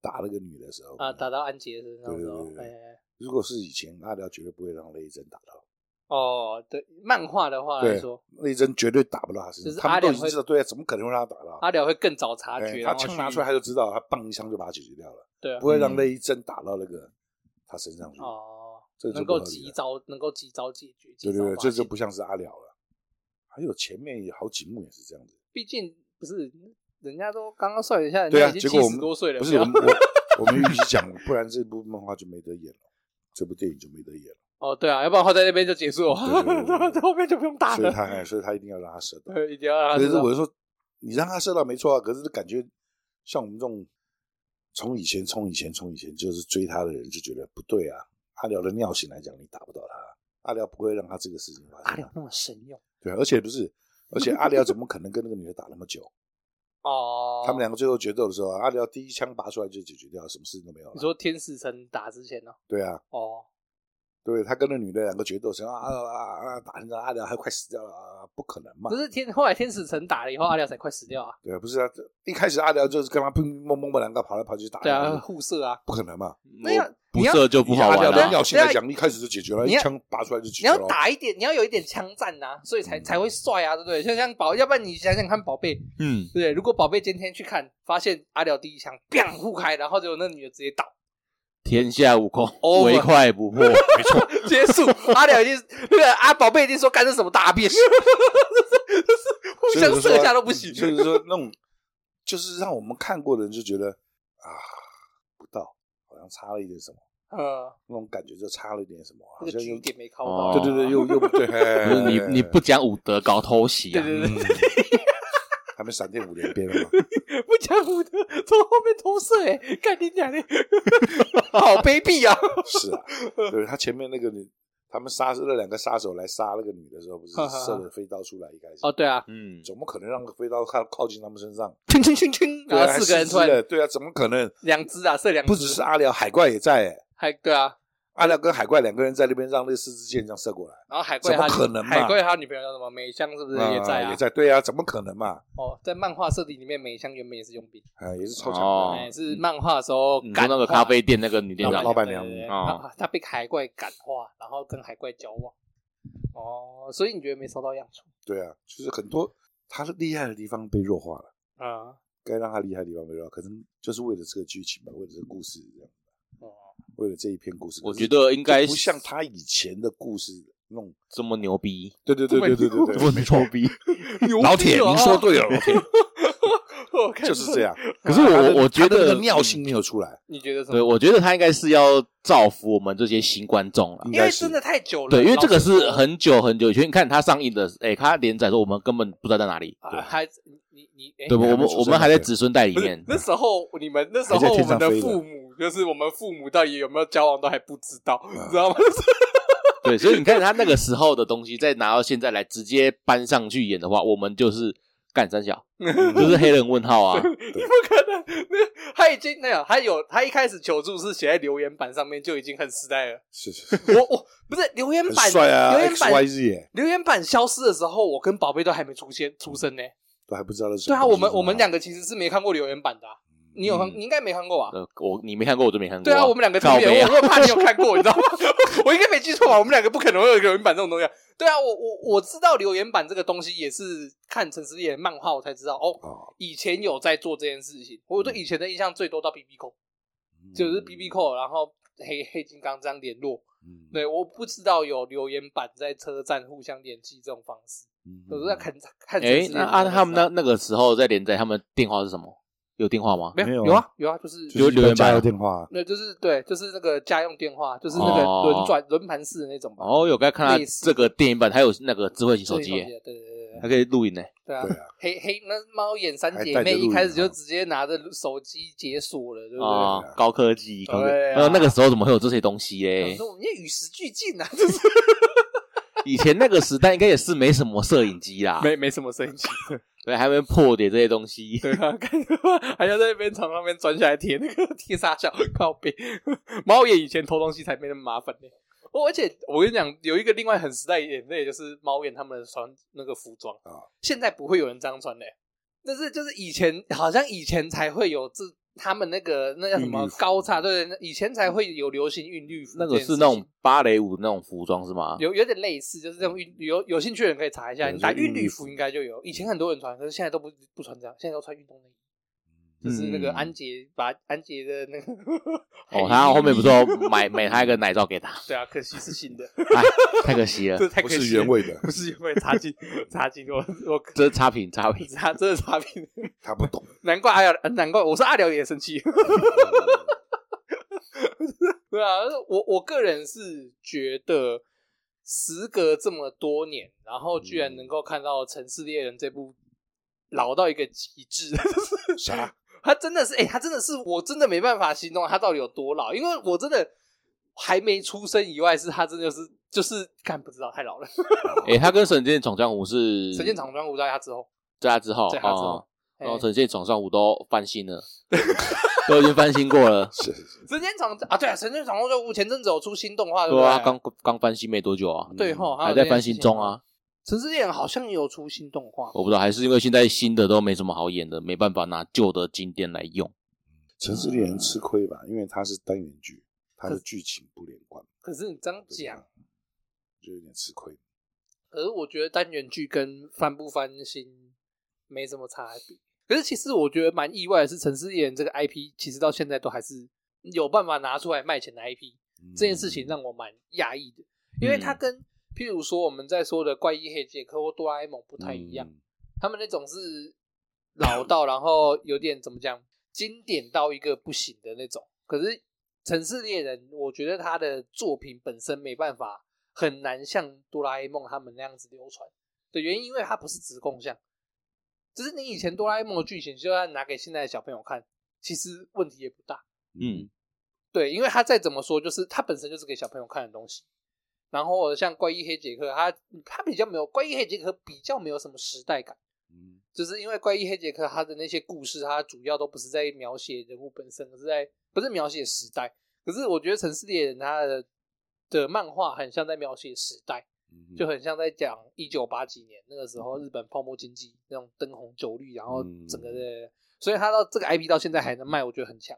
打那个女的时候啊，打到安杰身上的时候对对，对哎对哎哎如果是以前，阿廖绝对不会让那一针打到，哦，对，漫画的话来对说，，那一针绝对打不到他身就是上。他们阿廖都已经会知道，对啊，怎么可能会让他打到？阿廖会更早察哎觉，他然后枪去拿出来，他就知道，他棒一枪就把他解决掉了，对啊不，会让那一针打到那个他身上去。哦，这就能不合够理及了早能够及早解决，及对对早对，发这就现不像是阿廖了。还有前面有好几幕也是这样子。毕竟不是人家都刚刚算了一下，人对家啊，已结经果七我十们多岁了，不是要我们 我我们预期讲，不然这部漫画就没得演了，这部电影就没得演了。哦，对啊，要不然的话在那边就结束了，对对 对对对在后面就不用打所以了。他哎所以他一定要让他射到。对，一定要让他可知是道我就说，你让他射到没错啊，可是感觉像我们这种从以前从以前从以前就是追他的人就觉得不对啊。阿廖的尿性来讲，你打不到他，阿廖不会让他这个事情发阿生廖啊。那么神勇对啊，而且不是，而且阿廖怎么可能跟那个女的打那么久？ 哦，他们两个最后决斗的时候啊，阿廖第一枪拔出来就解决掉，什么事情都没有你了。说天使城打之前呢？对啊，哦，对他跟那女的两个决斗，想啊啊啊啊，打成这样阿廖还快死掉了啊，不可能嘛不？是天，后来天使城打了以后，阿廖才快死掉啊。对啊，不是啊，一开始阿廖就是跟他砰砰砰砰两个跑来跑去打，对啊，互射啊。不可能嘛？我那样不射就不好阿玩廖对的啊了。尿性来讲，一开始就解决了，一枪拔出来就解你决要了。哦嗯打一点，你要有一点枪战呐、所以才才会帅啊，对不对？就像宝，要不然你想想看，宝贝，嗯对，不对？如果宝贝今天去看，发现阿廖第一枪 biang 互开，然后结果那女的直接倒，天下武功， Over 唯快不破。没错， 结 束。阿廖已经那个阿宝贝已经说干这什么大便，就是 互所以我相就说射一下都不行。所以就说那种就是让我们看过的人就觉得啊，不到，好像差了一点什么，呃，那种感觉就差了一点什么，那好个像局有点没靠哦到。对对对，又又不对， 不不是你你不讲武德，搞偷袭对啊！对对， 还没闪电五连鞭了吗？不讲武德，从后面投射，哎，干你娘的， 好卑鄙 啊！是啊，对他前面那个女，他们杀那两个杀手来杀那个女的时候，不是射了飞刀出来一开始，哦，对啊，嗯，怎么可能让飞刀靠靠近他们身上？轻轻轻轻，对然后啊，还四个人四突只然的对啊，怎么可能？两只啊，射两只，不只是阿廖，海怪也在、欸，还对啊，阿廖跟海怪两个人在那边让那四支箭这样射过来，然后海怪他怎么可能嘛海怪他女朋友叫什么？美香是不是也在啊啊？也在，对啊，怎么可能嘛？哦，在漫画设定里面，美香原本也是佣兵，啊，也是超强的，哦哎，是漫画的时候你说感那个化咖啡店那个女店老长老，板娘对对对哦他他被海怪感化，然后跟海怪交往。哦，所以你觉得没收到样处？对啊，就是很多他厉害的地方被弱化了，啊，该让他厉害的地方被弱化，可能就是为了这个剧情吧，为了这个故事这样。哦，为了这一篇故事，我可是觉得应该就不像他以前的故事那种。这么牛逼，对对对对对对对，没牛逼。老铁，您说对了，老铁，哦了就是这。样。啊可是我我觉他的那得个尿性没有出来，你觉得什 对，么？我觉得他应该是要造福我们这些新观众了。应嗯因为该是真的太久了，对，因为这个老是实说很久很久以前，你看他上映的，哎，他连载的时候我们根本不知道在哪里，啊还你你哎对不？还没我们出生我们还在对子孙代里不是面，那时候你们那时还在候我天们上的飞的父母，就是我们父母到底有没有交往都还不知道，你知道吗？ 就是对，所以你看他那个时候的东西，再拿到现在来直接搬上去演的话，我们就是干三小，就是黑人问号啊，你不可能，那他已经那样，他有他一开始求助是写在留言板上面就已经很时代了。是是是，我我不是留言很板，帅啊留言，X Y 板 Z 耶，留言板消失的时候，我跟宝贝都还没出现出生呢、都还不知道那是什对么啊，东西我是吗。们我们两个其实是没看过留言板的啊、你有看？嗯你应该没看过吧？呃，我你没看过，我就没看过。对啊，我们两个同告年，别啊我我很怕你有看过，你知道吗？ 我应该没记错吧？我们两个不可能会有留言板这种东西啊。对啊，我我我知道留言板这个东西也是看陈思演漫画我才知道哦，哦，以前有在做这件事情。我对以前的印象最多到 B B 扣，嗯就是 B B 扣，然后黑黑金刚这样联络。嗯，对，我不知道有留言板在车站互相联系这种方式，嗯我都在看看陈思哎妍，那的按时候他们那那个时候在连载，他们电话是什么？有电话吗？没没有有有啊啊有啊，就是就就是留言板加油电话啊，那就是对，就是那个家用电话，就是那个哦轮转轮盘式的那种吧。哦，有该类看他似这个电影版，它有那个智慧型智手能机手机啊耶，，对对对对它可以录影呢。对啊对啊！黑黑那猫眼三姐还带着妹录影一开始就啊哦直接拿着手机解锁了，对不对？啊，高科技，高科技。对啊没有那个时候怎么会有这些东西我哎嘞？说我们要与时俱进啊， 就是以前那个时代应该也是没什么摄影机啊啦，没没什么生机，对，还没破解这些东西。对啊，看还要在那边床上面钻下来贴那个贴沙小靠背。猫眼以前偷东西才没那么麻烦呢、哦，而且我跟你讲，有一个另外很时代一点，那也就是猫眼他们穿那个服装啊，现在不会有人这样穿嘞、但是就是以前好像以前才会有这他们那个那叫什韵律么服高叉，对，对以前才会有流行韵律服这那件个事情，是那种芭蕾舞那种服装是吗？有有点类似，就是这种运有有兴趣的人可以查一下，啊对你打就运运动律服服应该就有。以前很多人穿，可是现在都不不穿这样，现在都穿运动内衣。就是那个嗯安杰把安杰的那个 哦，他后面不是有买买他一个奶罩给他，对啊，可惜是新的，哎，太可惜了，这太啊不可是惜原了，味的，不是原味，插进插进我我这是差评差评。插真的插进，他 不懂。难怪阿廖，难怪我说阿廖也生气。 对啊，我我个人是觉得，时隔这么多年，然后居嗯然能够看到《城市猎人》这部老到一个极致， 啥？他真的是，哎、他真的是，我真的没办法形容他到底有多老，因为我真的还没出生以外，是他真的是就是看不知道太老了。哎，他跟神剑闯江湖是神剑闯江湖在他之后，在他之后，在他之哦后，哎然后神剑闯江湖都翻新了， 都已经翻新 过了。是是是，神剑闯啊，对啊，神剑闯江湖前阵子有出新动画，对不对对？啊，刚刚翻新没多久啊，对吼还有还在这件翻事新情哦中啊。城市猎人好像也有出新动画，我不知道，还是因为现在新的都没什么好演的，没办法拿旧的经典来用。城市猎人嗯吃亏吧，因为它是单元剧，它的剧情不连贯，可是你啊这样讲，就有点吃亏。可是我觉得单元剧跟翻不翻新没什么差别。可是其实我觉得蛮意外的是，城市猎人这个 IP 其实到现在都还是有办法拿出来卖钱的 IP。这嗯件事情让我蛮讶异的，因为它跟、譬如说我们在说的怪异黑杰克或哆啦 A 梦不不太一样，他们那种是老到然后有点怎么讲，经典到一个不行的那种。可是《城市猎人》，我觉得他的作品本身没办法，很难像哆啦 A 梦他们那样子流传的原因，因为它不是直供像，只是你以前哆啦 A 梦的剧情就算拿给现在的小朋友看，其实问题也不大。嗯，对，因为他再怎么说，就是他本身就是给小朋友看的东西。然后像怪异黑杰克，他他比较没有怪异黑杰克比较没有什么时代感，嗯就是因为怪异黑杰克他的那些故事，他主要都不是在描写人物本身，而是在不是描写时代。可是我觉得《城市猎人》他的的漫画很像在描写时代，嗯就很像在讲一九八几年那个时候日本泡沫经济那种灯红酒绿，然后整个的，所以他到这个 IP 到现在还能卖，我觉得很强。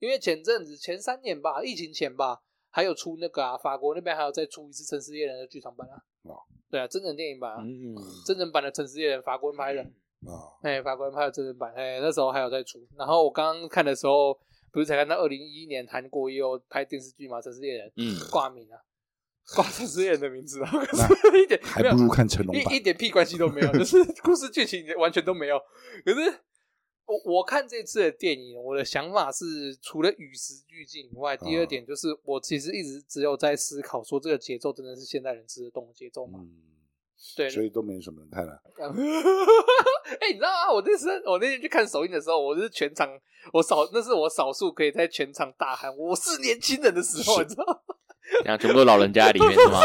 因为前阵子前三年吧，疫情前吧，还有出那个啊，法国那边还有再出一次《城市猎人》的剧场版啊哦。对啊，真人电影版啊，嗯，真人版的《城市猎人》，法国人拍的。啊，哎，法国人拍的真人版，哎，那时候还有在出。然后我刚刚看的时候，不是才看到二零一一年韩国也有拍电视剧嘛，《城市猎人》嗯挂名 啊，挂城市猎人的名字啊，可是 一点还没有啊不如看成龙版一一。点屁关系都 没有，就是故事剧情完全都没有。可是我我看这次的电影，我的想法是，除了与时俱进以啊外，第二点就是我其实一直只有在思考，说这个节奏真的是现代人吃得动的节奏吗？嗯，对， 所以都没什么人看了。哎、你知道吗？我那时候我那天去看首映的时候，我是全场我少那是我少数可以在全场大喊我是年轻人的时候，是你知道吗，然后全部都老人家在里 面是吗？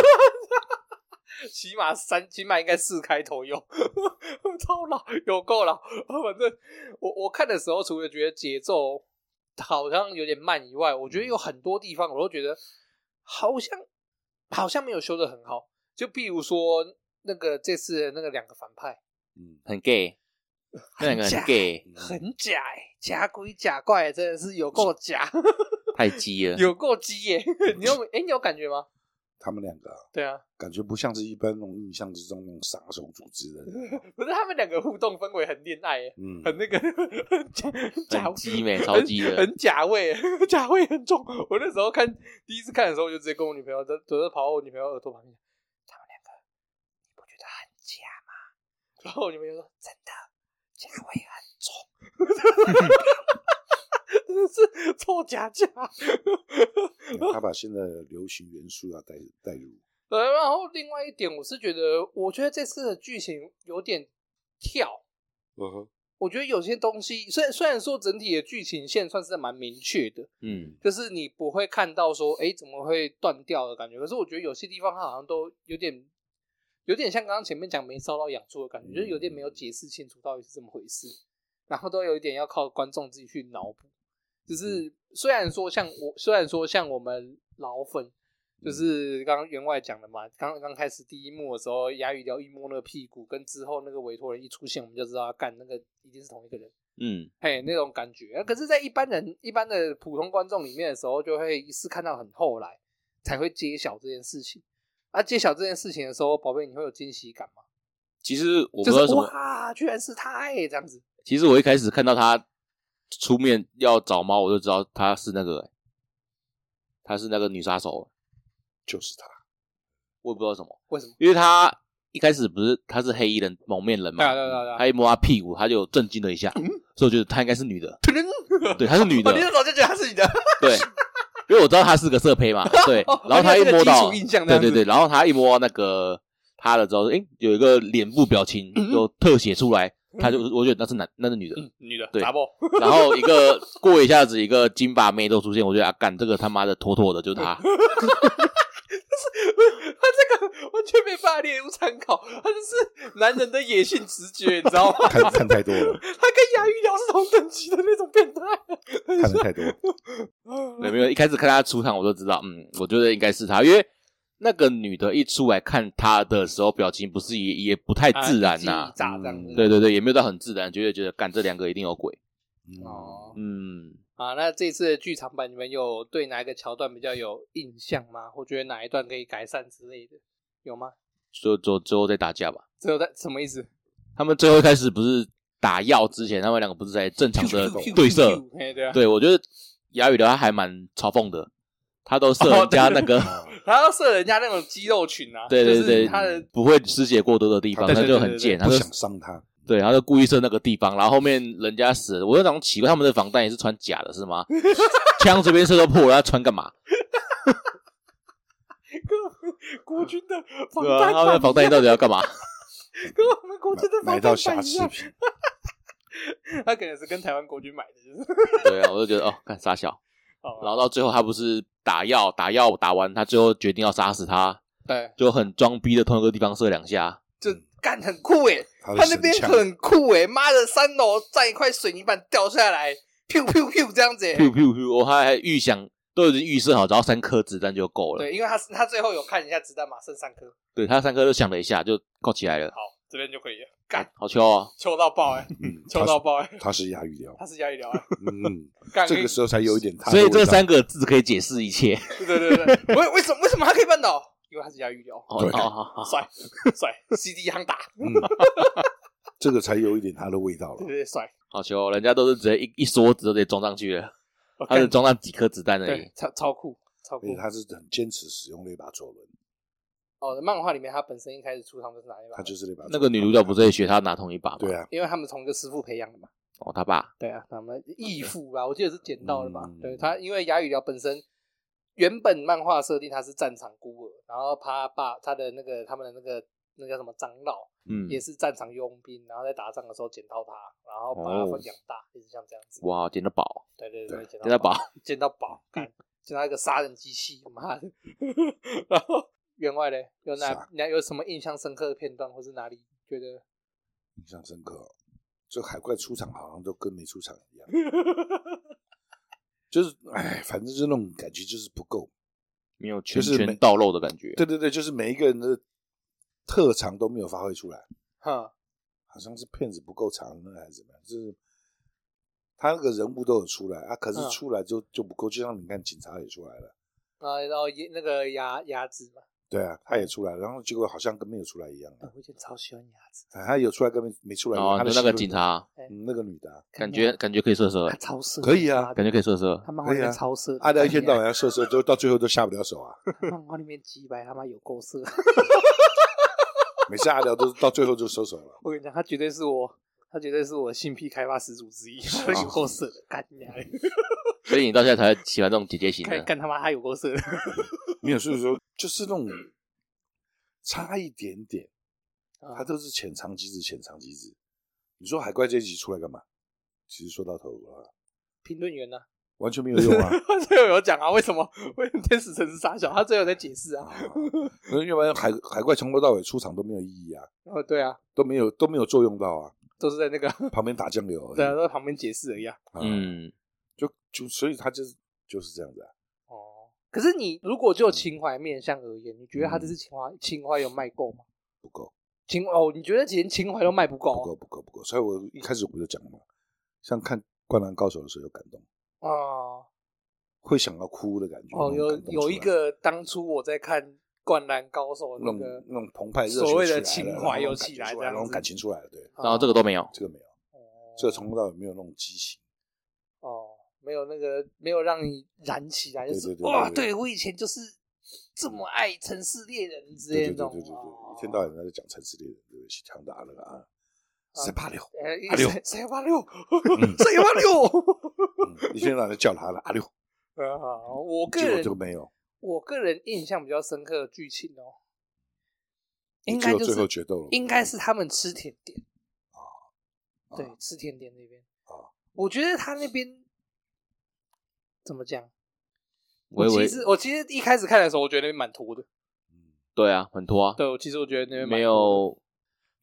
起码三起码应该四开头有， 超老有够老。反正我我看的时候，除了觉得节奏好像有点慢以外，我觉得有很多地方我都觉得好像好像没有修的很好。就比如说那个这次的那个两个反派。嗯，很 gay，那两个假很 gay，很假哎、假鬼假怪，真的是有够假，太鸡 了。有够鸡耶！你有哎、你有感觉吗？他们两个啊对啊，感觉不像是一般那种印象之中那种杀手组织的人。不是他们两个互动氛围很恋爱、欸，嗯，很那个很假假很鸡美，超鸡很的。很假味 欸，假味很重。我那时候看第一次看的时候，我就直接跟我女朋友在，我就跑到我女朋友耳朵旁边，他们两个你不觉得很假吗？然后我女朋友说真的，假味很 真的是臭假假。他把现在的流行元素要带带入。对，然后另外一点，我是觉得，我觉得这次的剧情有点跳。嗯哼，我觉得有些东西，虽虽然说整体的剧情线算是蛮明确的，嗯，就是你不会看到说，哎，怎么会断掉的感觉。可是我觉得有些地方它好像都有点，有点像刚刚前面讲没烧到痒处的感觉，就是有点没有解释清楚到底是怎么回事，然后都有一点要靠观众自己去脑补。就是虽然说像我，虽然说像我们老粉，就是刚刚员外讲的嘛，刚刚开始第一幕的时候，牙语聊一摸那个屁股，跟之后那个委托人一出现，我们就知道他干那个一定是同一个人。嗯，嘿，那种感觉。啊可是，在一般人、一般的普通观众里面的时候，就会是看到很后来才会揭晓这件事情。啊，揭晓这件事情的时候，宝贝，你会有惊喜感吗？其实我不就知道为是什么，哇，居然是他哎、这样子。其实我一开始看到他出面要找猫，我就知道他是那个、欸他是那个女杀手，就是他。我也不知道为什么，为什么？因为他一开始不是他是黑衣人蒙面人嘛对，啊，对啊，对啊。嗯他一摸他屁股，他就震惊了一下，所以我觉得他应该是 女的，对，她是女的哦，你，那时候就觉得他是你的，对，因为我知道他是个色胚嘛，对 哦，然后他一摸原来这到，个基础印象这对样子对对，然后他一摸到那个他了之后，诶，有一个脸部表情嗯有特写出来，他就我觉得那是男，那是女的，女的，对打爆。 然后一个过一下子一个金发妹都出现，我觉得啊，干这个他妈的妥妥的就是他，他这个完全没办法列入参考，他就是男人的野性直觉，你知道吗？看看太多了， 他跟牙医聊是同等级的那种变态。看的太多了。 对，没有一开始看他出场我就知道，嗯，我觉得应该是他，因为。那个女的一出来看他的时候，表情不是也也不太自然呐、啊一击一炸这样子。嗯对对对，也没有到很自然，就会觉得干这两个一定有鬼。哦，哦，嗯，啊，那这次的剧场版，你们有对哪一个桥段比较有印象吗？或觉得哪一段可以改善之类的，有吗？就就最后再打架吧。这有在什么意思？他们最后一开始不是打药之前，他们两个不是在正常的对射？哎，对啊，对我觉得雅宇的他还蛮嘲讽的，他都射哦人家那个，他要射人家那种肌肉群啊，对对就是对他的， 啊不会失血过多的地方，对他对就对很对贱，他不就想 伤他，对，他就故意射那个地方，然后后面人家死了，我就想奇怪，他们的防弹也是穿假的 是吗？枪随便射都破了，他穿干嘛？跟国军的防对啊，弹他们的板，防弹衣到底要干嘛？ 跟我们国军的嗯买防买到弹瑕板一疵样，品， 他可能是跟台湾国军买的，就是。对啊，我就觉得哦，看傻笑。好啊然后到最后，他不是打药，打药打完，他最后决定要杀死他，对，就很装逼的同一个地方射两下。嗯就干很酷诶，他的他那神边 枪很酷诶，妈的，三楼站一块水泥板掉下来，pew pew pew 这样子欸。噗噗噗！我还还预想都已经预设好，只要三颗子弹就够了。对，因为他他最后有看一下子弹嘛，剩三颗，对，他三颗都想了一下，就扣起来了。好，这边就可以了。干，好球啊！抽到爆哎、欸，嗯，抽到爆哎、欸，他是亚语聊， 他是压力 聊哎、嗯，干这个时候才有一点他的所以这味道三个字可以解释一切。对对对对，为为什么为什么他可以办到？因为他是压力聊，哦，对好好好，帅帅，CD 行打，嗯， 这个才有一点他的味道对了。对对帅，好球！哦人家都是直接一一梭子都直接装上去了，我他哦干是装上几颗子弹而已对。超超酷超而且酷他是很坚持使用那把左轮，哦，漫画里面他本身一开始出场就是哪一把啊他？就是那把左轮那个女主角不是也学他拿同一把吗？对，啊，因为他们同一个师傅培养的嘛，哦，他爸。对啊，他们义父啊吧，我记得是捡到的吧？嗯对他，因为牙语聊本身原本漫画设定他是战场孤儿，然后他爸他的那个他们的那个那叫什么长老，嗯，也是战场佣兵，然后在打仗的时候捡到他，然后把他哦分养大，一直像这样子。哇，捡到宝，对对对，捡捡到到宝，嗯捡到宝，干捡到一个杀人机器，妈的！然后员外嘞，有哪傻哪有什么印象深刻的片段，或是哪里觉 得？印象深刻哦。这海怪出场好像都跟没出场 一样，就是哎，反正就那种感觉就是不够。没有拳就是没拳到肉的感觉。对对对，就是每一个人的特长都没有发挥出来，哼，好像是片子不够长呢，还是怎么样？就是他那个人物都有出来啊，可是嗯出来就就不够。就像你看，警察也出来了，啊，然后也那个牙牙子嘛，对啊，他也出来了，然后结果好像跟没有出来一样啊啊。我以前超喜欢牙子，反正他有出来跟没没出来一然样。后他的哦就那个戏路警，察，嗯，那个女的啊，感觉感觉可以射射他，超色，可以啊妈的感觉可以射射。他漫画里可以面啊超色，阿廖一 天到晚要射射，就到最后都下不了手啊。漫画里面鸡白他妈有够色。每次阿廖都到最后就收手了。我跟你讲，他绝对是我他绝对是我性癖开发始祖 之一，他有够色的，干 你娘的！所以你到现在才会喜欢这种姐姐型看的。干他妈他有够 色的，没有，所以说就是那种差一点点，它他都是潜藏机制，潜藏机制。你说海怪这一集出来干嘛？其实说到头啊，评论 员呢？完全没有用 啊。他最后有讲啊，为什么为什么天使城是傻小？他最后有在解释啊。啊那要不然海海怪从头到尾出场都没有意义啊，哦，对啊，都没有都没有作用到啊，都是在那个 旁边打酱油而已。对啊，都在旁边解释而已啊。啊，嗯，就就所以他就是就是这样子啊。哦，可是你如果就嗯情怀面向而言，你觉得他这次情怀情怀有卖够吗？不够，情哦，你觉得连情怀都卖不够不够，不够，不够。所以我一开始我就讲嘛，像看《灌篮高手》的时候有感动，啊？哦会想要哭的感觉。哦，那有种感动出有来一个当初我在看《灌篮高手》那那种个那种澎湃热血所谓的起来了情怀然后那又种起来这样感觉出那种子感情出来了。对，然后这个都没有，这个没有，啊哦这个从头到尾没有那种激情。哦，没有那个没有让你燃起来，就是对对对哇，对对对我以前就是这么爱《城市猎人》之类对的对那对种，对对哦对，一天到晚在讲城市猎人，对不起，强大了啊！谁怕 六？哎阿六谁谁八六，谁八六？ 嗯一天到晚在叫他了阿六，啊，我个结果人这个没有，我个人印象比较深刻的剧情哦，应只该有就最后哦是决斗了。应该是他们吃甜点对，吃甜点那边啊我觉得他那边怎么讲？我以其为实我其实一开始看的时候，我觉得那边蛮拖的。嗯对啊，很拖啊，对，我其实我觉得那边蛮拖的没有，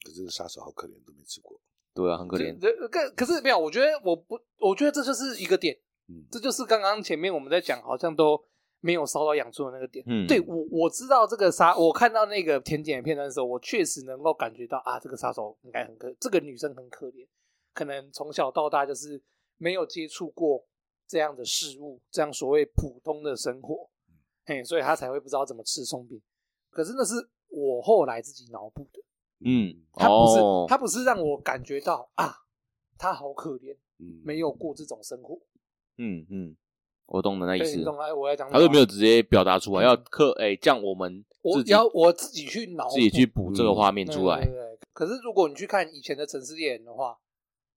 可是杀手好可怜，都没吃过。对啊，很可怜。这这可可是没有，我觉得我不，我觉得这就是一个点，嗯，这就是刚刚前面我们在讲，好像都没有烧到养猪的那个点。嗯，对我我知道这个杀，我看到那个甜点的片段的时候，我确实能够感觉到啊，这个杀手应该很可，这个女生很可怜，可能从小到大就是没有接触过这样的事物，这样所谓普通的生活，嗯嘿，所以她才会不知道怎么吃松饼。可是那是我后来自己脑补的，嗯，他不是、哦他不是让我感觉到啊，她好可怜，嗯没有过这种生活。嗯嗯，我懂的那意对，思你。懂吗？哎我要讲什他么就没有直接表达出嗯来，要克哎，这样我们我自己要我自己去脑补自己去补这个画面对出来对。对对可是如果你去看以前的城市猎人的话，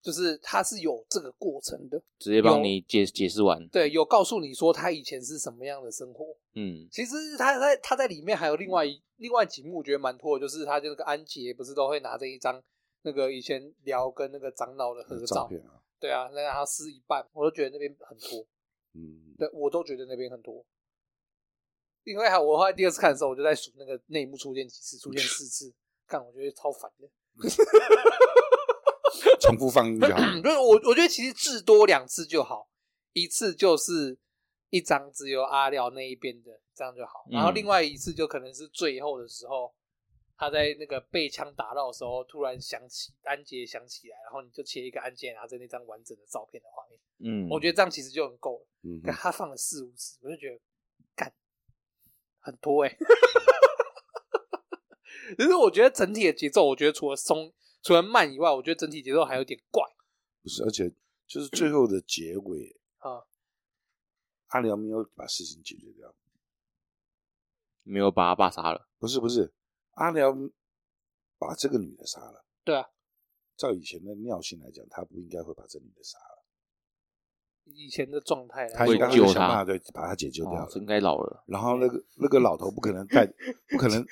就是他是有这个过程的，直接帮你解解释完。对，有告诉你说他以前是什么样的生活。嗯，其实他在他在里面还有另外一另外几幕，我觉得蛮拖的，就是他就那个安杰不是都会拿着一张那个以前聊跟那个长老的合有照，片啊，对啊，那让他撕一半，我都觉得那边很拖，嗯，对我都觉得那边很拖。因为啊还我后来第二次看的时候，我就在数那个内幕出现几次，出现四次，看我觉得超烦的。 重复放映就好。 就是我我觉得其实至多两次就好，一次就是一张只有阿廖那一边的，这样就好。嗯然后另外一次就可能是最后的时候，他在那个被枪打到的时候，突然想起安杰想起来，然后你就切一个安杰拿着那张完整的照片的画面，嗯，我觉得这样其实就很够了。嗯可他放了四五次，我就觉得干很多哎、欸。 其实我觉得整体的节奏，我觉得除了松、除了慢以外，我觉得整体节奏还有点怪不是，而且就是最后的结尾，啊。阿良没有把事情解决掉。没有把他爸杀了。不是不是，阿良把这个女的杀了。对啊，照以前的尿性来讲，他不应该会把这女的杀了，以前的状态来他说，应该会救想她办法对把她解救掉哦了。应该老了。然后那个那个老头不可能带，不可能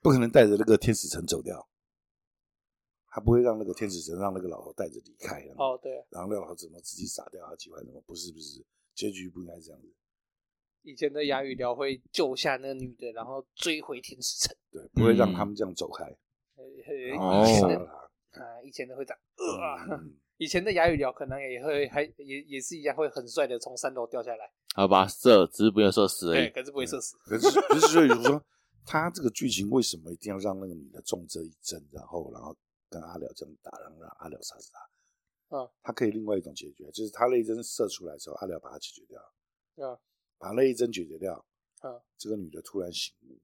不可能带着那个天使城走掉，他不会让那个天使城让那个老头带着离开。然后哦，对，然后那个老头怎么自己傻掉啊？几万怎么？不是不是，结局不应该这样子，以前的哑语聊会救下那个女的，然后追回天使城。对，不会让他们这样走开，呃然呃后哦杀了他。啊，以前的会长，呃啊嗯以前的哑语聊可能也会还也也是一样会很帅的从三楼掉下来，还有把他射，只是没有射死而对，已。可是不会射死。可是可是所以就说，他这个剧情为什么一定要让那个女的中这一针，然后然后跟阿廖这样打，然后让阿廖杀死他？嗯，他可以另外一种解决，就是他那一针射出来之后，阿廖把它解决掉。嗯，把那一针解决掉。嗯，这个女的突然醒悟，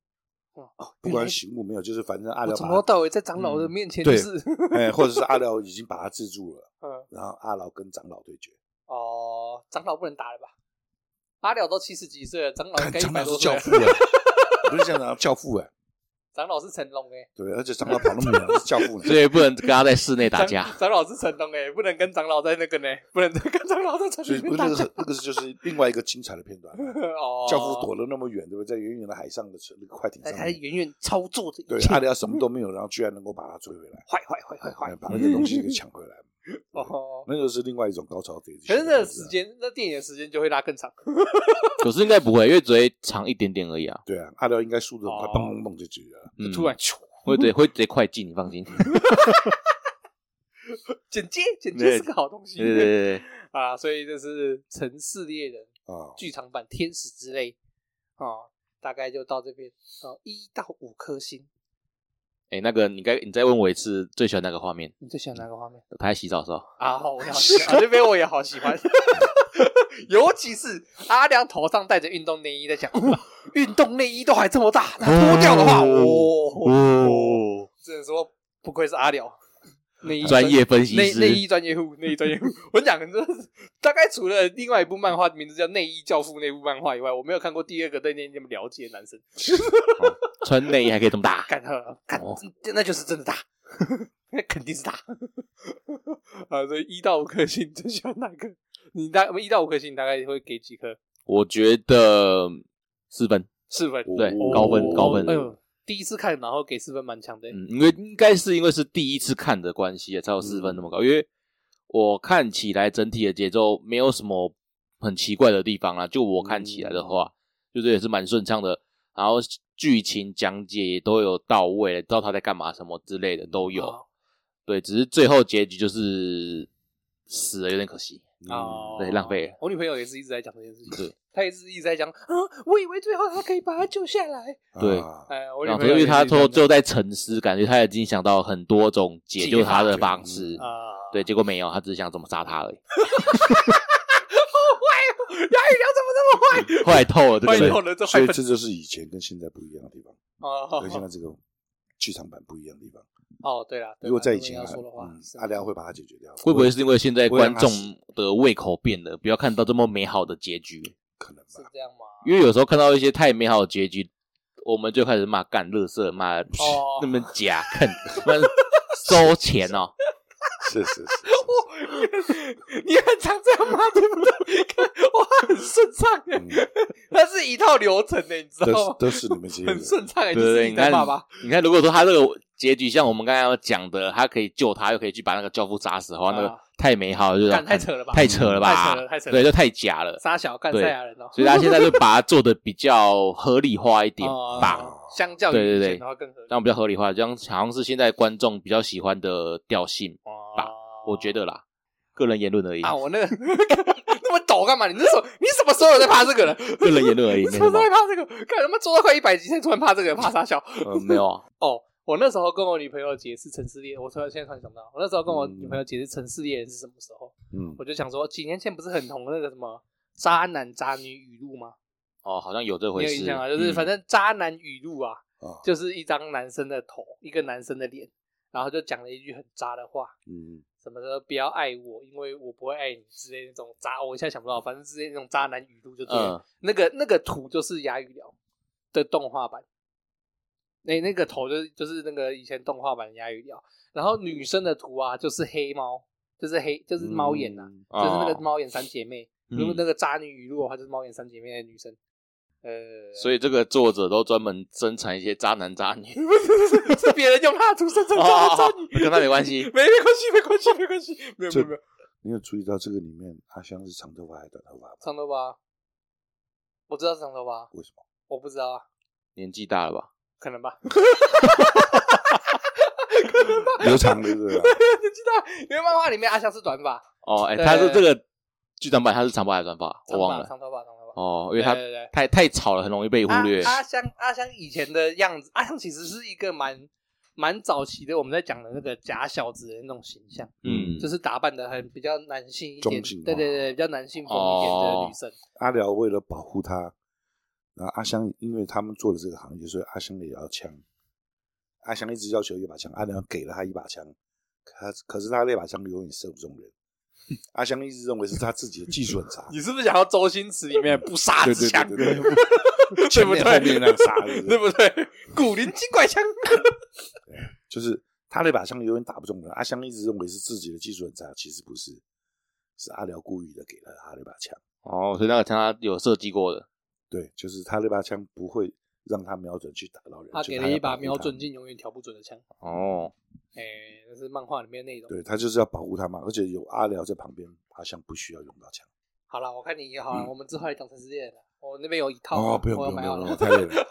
哦，哦不管醒悟没有，就是反正阿我廖从头把到尾在长老的面前嗯就是，她，哎，或者是阿廖已经把她制住了， 嗯，然后阿廖跟长老对决。哦，长老不能打了吧？阿廖都七十几岁了，长老应看该一长百老是多教啊岁了。 父哎，不是这样讲，教父哎，长老是成龙哎、对，而且长老跑那么远，是教 父呢所。以不能跟他在室内打长 架。长老是成龙哎、不能跟长老在那个呢，不能跟长老在城所里以面 打那个架。是那个是就是另外一个精彩的片段啊， 哦，教父躲了那么远，对不对？在远远的海上的车那个快艇哎，上他面，远远操作的对一，切，阿廖什么都没有，然后居然能够把它追回来，坏坏坏坏坏哎把那个 东西给抢回来，哦。那就是另外一种高潮点。可是那个时，间，那电影的时间就会拉更长。可是应该不会，因为只会长一点点而已啊。对啊，阿廖应该速度很快，哦嘣嘣嘣就解决了。嗯，突然，咻会直接会直接快进，你 放心。剪接，剪接对是个好东西对对对对，啊！所以这是《城市猎人》啊，剧场版《天使之泪》哦，大概就到这边哦，一到五颗星。哎，那个你该你再问我一次，最喜欢哪个画面？你最喜欢哪个画面他在洗澡的时候， 啊？好我也好喜欢，啊这边我也好喜 欢，尤其是阿良头上戴着运动内衣在讲，运动内衣都还这么大，那脱掉的话，嗯哦，哦，只能说不愧是阿廖，内衣专业分析内内师，衣专业户，内衣专业户。我讲真的是，大概除了另外一部漫画名字叫《内衣教父》那部漫画以外，我没有看过第二个对内衣那么了解的男生。穿内衣还可以这么 大。干他，干哦，真那就是 真的大，那肯定是大。 啊，所以一到五颗星，你最喜欢哪个？你大一到五颗星，你大概会给几颗？我觉得四分，四分，对哦，高分高分哎。呦，第一次看，然后给四分，蛮强的。嗯，因为应该是因为是第一次看的关系，才有四分那嗯么高。因为我看起来整体的节奏没有什么很奇怪的地方啦，就我看起来的话，就是也是蛮顺畅的。然后剧情讲解也都有到位，知道他在干嘛什么之类的都有。哦对，只是最后结局就是死了，有点可惜。嗯哦，对浪费了我女朋友也是一直在讲这件事情，对，她也是一直在讲啊，我以为最后她可以把他救下来。对啊哎，我女然后朋友也因为是他一直这样说讲最后在沉思，感觉他已经想到很多种解救他的解法方式。啊，对，结果没有，他只是想怎么杀他而已。好坏哦，杨宇良怎么这么哎坏？坏透了，对不 坏对透？了，这所坏以分这就是以前跟现在不一样的地方，哦跟现在这个剧场版不一样的地方。哦，对了，对啦如果在以前如啊，果要说的话嗯，是阿廖会把它解决掉，会不会是因为现在不会让观他众死的胃口变了，不要看到这么美好的结局？可能是吧？这样吗？因为有时候看到一些太美好的结局，我们就开始骂干乐色，骂哦 那么假，看妈收钱哦，是是是是， 你很常这样吗？对不对？看哇，很顺畅耶，嗯它是一套流程的，你知都道是吗？都是你们这些人很，顺畅 耶，就对不是对？哎你你在看爸爸，，你看，如果说他这个结局像我们刚才要讲的，他可以救他，又可以去把那个教父砸死的话，那啊个太美好了，就是干太扯了吧？太扯太了吧扯了，太扯了对，就太 假了。傻小干赛对亚人哦，所以他现在就把它做的比较合理化一点哦吧。相较对于以对对前的话更合理这。样比较合理化，这样好像是现在观众比较喜欢的调性，吧我觉得啦，个人言论而已，哦啊，我那个 那么抖干嘛？你那时候你什么时候有在怕这个了？个人言论而 已，你没什什么时候么会，怕这个？看他妈做到快一百集，现在突然怕这个，怕啥笑？呃，没有啊，哦，我那时候跟我女朋友解释城市猎，我突然现在突然想到，我那时候跟我女朋嗯友解释城市猎人是什么时候，嗯，我就想说，几年前不是很红的那个什么渣男渣女语录吗？哦，好像有这你回有事印，象啊？就是嗯哦反正渣男语录啊，啊，就是一张男生的头，一个男生的脸，然后就讲了一句很渣的话，嗯，什么的，不要爱我，因为我不会爱你之类的那种渣，我现在想不到，反正之类那种渣男语录就对了。嗯那个那个图就是哑语聊的动画版，那、那个头就是就是那个以前动画版的哑语聊，然后女生的图啊就是黑猫，就是黑就是猫眼啊呐、嗯就是那个嗯哦嗯猫眼三姐 妹。如果那个渣女语录的话，就是猫眼三姐妹的女生。呃， 所以这个作者都专门生产一些渣男渣女，是别人用他的图生成哦渣男渣哦女， 跟他没关系没没关系，没关系，没关系，没有没有没有，你有注意到这个里面阿香是长头发还是短头发吗？长头发，我知道是长头发，为什么？我不知道啊，年纪大了吧？可能吧。 留长的啊对吧？你知道，因为漫画里面阿香是短发，哦，哎，对他是这个剧场版，他是长发还是短发？我长忘发，了，长头发，长头发。哦，因对为他对啊对，太太吵了，很容易被忽阿略，阿香阿香以前的样子，阿香其实是一个蛮蛮早期的，我们在讲的那个假小子的那种形象，嗯，就是打扮的很比较男性一点，中性化哦对对对，比较男性风一点的女生。阿廖为了保护他，然后阿香因为他们做了这个行业，所以阿香也要枪。阿香一直要求一把枪，阿廖给了他一把枪，可可是他那把枪永远射不中人。阿香一直认为是他自己的技术很差， 你是不是想要周星驰里面的不杀对之对枪？对对对，前面后面那样杀， 对对不不对？对？古灵精怪枪，就是他那把枪永远打不中人。阿香一直认为是自己的技术很差，其实不是，是阿辽故意的给了他那把枪。哦，所以那个枪他有设计过的，对，就是他那把枪不会让他瞄准去打到人，他就给他了要一把保护瞄他准镜永远调不准的枪。哦，哎、那是漫画里面内容。对他就是要保护他嘛，而且有阿辽在旁边，阿香不需要用到枪。好了，我看你也好了，我们之后来讲城市猎人了。我那边有一套，嗯啊哦，不用我不有用不买好用，我了， 太累了。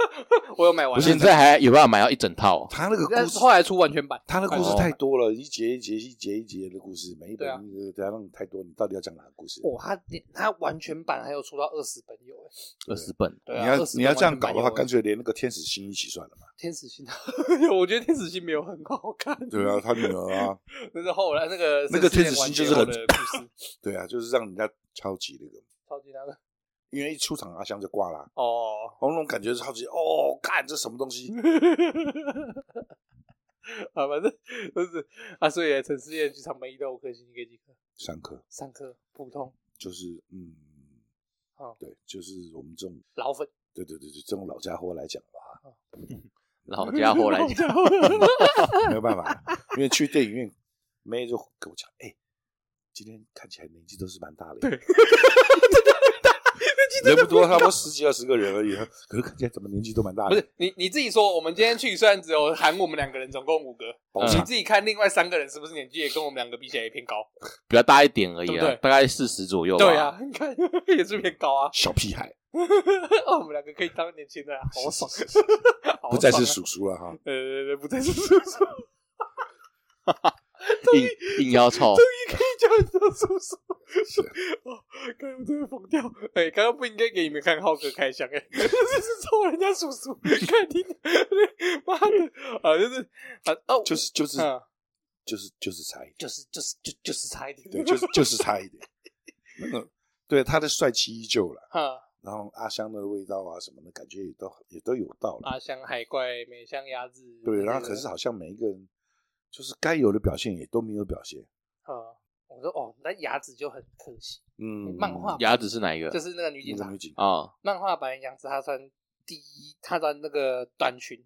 我有买完不了。是现在还有办法买到一整套哦、他那个 但故是事，后来出完全版，他的故事哦太多了，一节一节一节一节的故事，每一本对啊哦呃等下让你太多，你到底要讲哪个故事？哇，他他完全版还有出到二十本有哎、二十本。对你啊，要20你要本这样完全搞版的话，有欸干脆连那个天使星一起算了嘛。天使星， 我觉得天使星没有很好看。 对啊，他女儿啊，那是后来那个那个城市猎天人使完星就结是后很的故事，对啊，就是让人家超级那个，超级那个因为一出场阿香就挂啦，哦，我那种感觉超级哦，干这什么东西？啊，反正就是啊，所以城市猎人剧场每一到五颗星，你给几颗？三颗三颗，普通就是嗯，哦对，就是我们这种老粉，对对对对这种老家伙来讲吧， 老家伙来讲，老家伙没有办法，因为去电影院，妹就跟我讲，哎、今天看起来年纪都是蛮大的，对，人不多，差不多十几二十个人而已，可是看起来怎么年纪都蛮大不的，是你你自己说，我们今天去虽然只有喊我们两个人，总共五个，包你场自己看另外三个人是不是年纪也跟我们两个比起来也偏 高？比较大一点而已对啊，不对大概四十左右。对啊，，你看也是偏高啊。 小屁孩，哦，我们两个可以当年轻人啊，好爽，好爽啊 不再是叔叔了哈。呃，对对不再是叔 叔，硬硬要凑，可以叫人家叔叔。是啊 哦，刚刚我真的疯掉。哎、刚刚不应该给你们看浩哥开箱哎、 这是臭人家叔叔，看你 妈的啊，就是啊哦，就是就是啊就是就是差一点，就是就是就就是差一点， 对，就是就是差一点。那个对他的帅气依旧了，啊，然后阿香的味道啊什么的，感觉也都也都有到了。阿香海怪、美香鸭子，对，然后可是好像每一个人就是该有的表现也都没有表现。啊，我说哦，那牙子就很可惜，嗯，漫画牙子是哪一个？就是那个女警那个察女，警啊、漫画版杨子她穿第一，她穿那个短裙，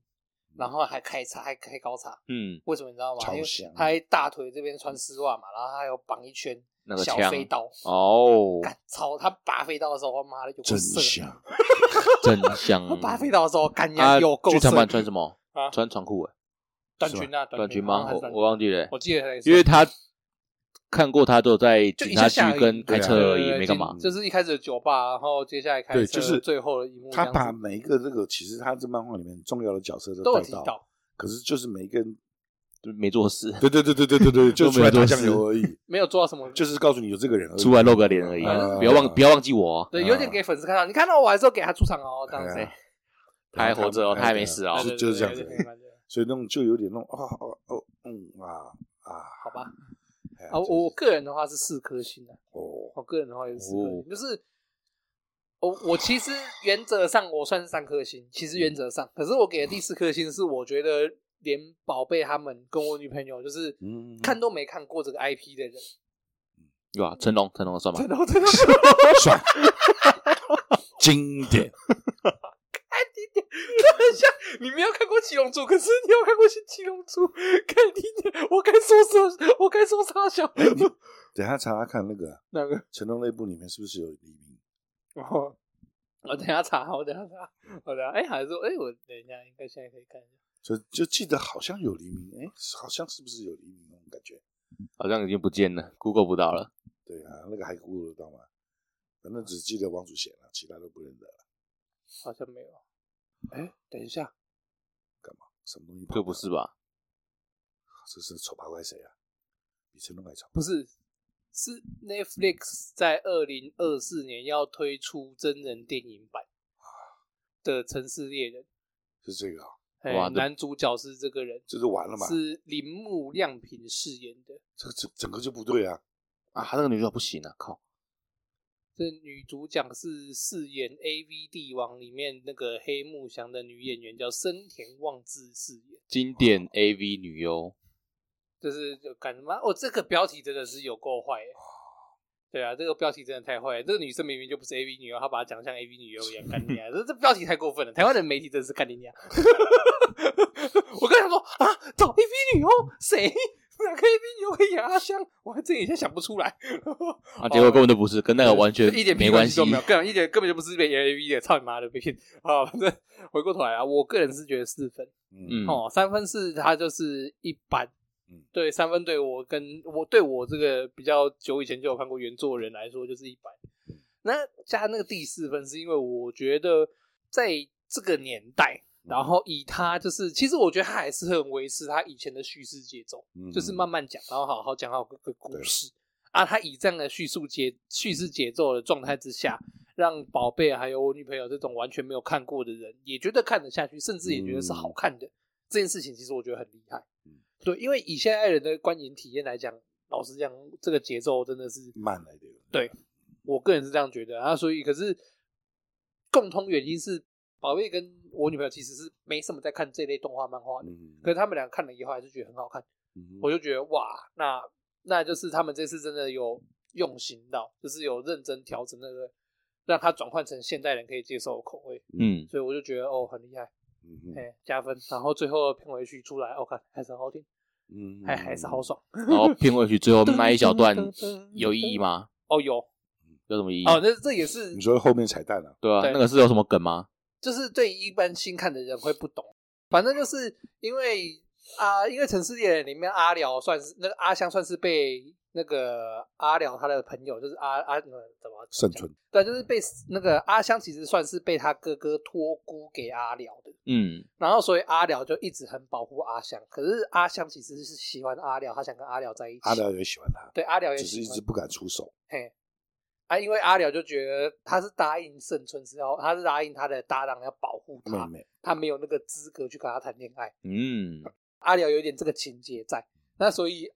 然后还开叉，还开高叉，嗯，为什么你知道吗？超因为香她大腿这边穿丝袜嘛，然后她有绑一圈那个小枪飞刀，哦，干超她拔飞刀的时候，我妈的有够真色，香，真 香她。拔飞刀的时候，干啊，呀有够剧色场，版穿什么？啊穿长裤哎，短裙啊，短裙裙好吗？像还我是短我忘记了欸，我记得还是因为他看过他只有在就警一察下局下跟开对啊车而对对已，对没干嘛。就就是一开始的酒吧，然后接下来开车，对，就是最后的一幕这他样子，把每一个这个，其实他这漫画里面重要的角色都有带提到，可是就是每一个人，就没做事，对对对对对对对， 就都没有出来打做酱事油而已，没有做到什么，就是告诉你有这个人而已，出来露个脸而已啊啊。不要忘，不要忘记我哦，对，有点给粉丝看到，你看到我还是要给他出场哦，这样子哎呀，他还活着哦，他还没死哦对。对对对啊就是这样子对对对对所以那种就有点那种哦哦哦嗯啊啊，好吧，哎呀啊，我我个人的话是四颗星的，哦，我个人的话也是四颗哦星，就是我我其实原则上我算是三颗星，其实原则上，嗯可是我给的第四颗星是我觉得连宝贝他们跟我女朋友就是嗯看都没看过这个 IP 的人， 对吧？成龙，成龙算吗？真的真的。 帅， 经典，看你点，这很像你没有看过《七龙珠》，可是你有看过《新七龙珠》，看你点，我该说啥？我该说啥小？哎等一下查查看那个那个？成龙那部里面是不是有黎明？哦，我等一下查，我等一下查，我等一下，哎、还是哎、我等一下应该现在可以看一下。就就记得好像有黎明，哎，好像是不是有黎明那种感觉？好像已经不见了，Google 不到了。对啊，那个还顾得到吗？反正只记得王祖贤了，其他都不认得了。好像没有。哎、等一下，什么东西？这不是吧？这是丑八怪谁啊？比成龙还丑？不是，是 Netflix 在二零二四年要推出真人电影版的《城市猎人》是这个啊？哎，哇这男主角是这个人，这就完了嘛？是铃木亮平饰演的。这个整整个就不对啊！啊，他那个女主角不行啊！靠，这女主角是饰演《A V 帝王》里面那个黑木翔的女演员，叫森田望志饰演。经哦典 AV 女优，就是就感觉妈哦，这个标题真的是有够坏耶，欸对啊，这个标题真的太坏了。这个女生明明就不是 AV 女优，她把她讲得像 AV 女优一样，干你啊！这这标题太过分了，台湾的媒体真是干你娘！ 我跟他说啊，找 AV 女优谁？ 哪个 AV 女优可以养阿香？我还真一下想不出来。啊，结果根本都不是，跟那个完全哦一点屁没关系都。没有，根本一点根本就不是被 AV 的，操你妈的被骗啊！反正 回过头来啊，我个人是觉得四分。嗯，哦，三分是它就是一般。嗯对，三分对我跟我对我这个比较久以前就有看过原作的人来说就是一般。那加那个第四分是因为我觉得在这个年代，嗯然后以他就是，其实我觉得他还是很维持他以前的叙事节奏，嗯就是慢慢讲，然后好好讲好各个故事啊。他以这样的叙述节叙事节奏的状态之下，让宝贝还有我女朋友这种完全没有看过的人也觉得看得下去，甚至也觉得是好看的、这件事情，其实我觉得很厉害嗯。对，因为以现在人的呃观影体验来讲，老实讲，这个节奏真的是慢了一点。我个人是这样觉得啊。所以，可是共通原因是，宝贝跟我女朋友其实是没什么在看这类动画漫画的，嗯，可是他们俩看了以后还是觉得很好看。我就觉得哇，那那就是他们这次真的有用心到，就是有认真调整那个，让它转换成现代人可以接受的口味，嗯，所以我就觉得哦很厉害，嗯哎、加分。然后最后的片尾曲出来，我、看还是很好听，嗯还还是好爽。然后片尾曲最后那一小段有意义吗？哦有哦，有什么意义？那这也是你说后面彩蛋啊？对啊，对那个是有什么梗吗？就是对一般新看的人会不懂。反正就是因为啊、因为《城市猎人》里面阿辽算是那个阿香算是被那个阿辽他的朋友，就是阿阿呃怎么盛存，对，就是被那个阿香其实算是被他哥哥托孤给阿辽的，嗯，然后所以阿辽就一直很保护阿香，可是阿香其实是喜欢阿辽，他想跟阿辽在一起。阿廖也喜欢他，对阿辽也只是喜一欢直不敢出手。嘿，啊，因为阿辽就觉得他是答应盛春之后，他是答应他的搭档要保护他，妹妹，他没有那个资格去跟他谈恋爱。嗯，阿廖有一点这个情节在，那所以，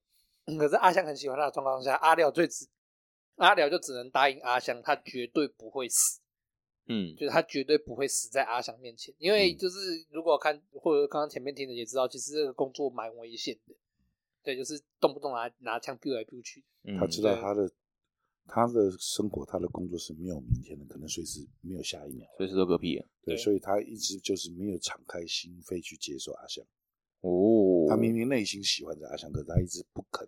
嗯可是阿香很喜欢他的状况下，阿廖最只阿廖就只能答应阿香，他绝对不会死，嗯，就是他绝对不会死在阿香面前，因为嗯就是如果看或者刚刚前面听的也知道，其实这个工作蛮危险的，对，就是动不动拿拿枪丢来丢去，嗯他知道他的他的生活，他的工作是没有明天的，可能随时没有下一秒。随时都嗝屁了对，对所以他一直就是没有敞开心扉去接受阿香。哦。他明明内心喜欢着阿香，可是他一直不肯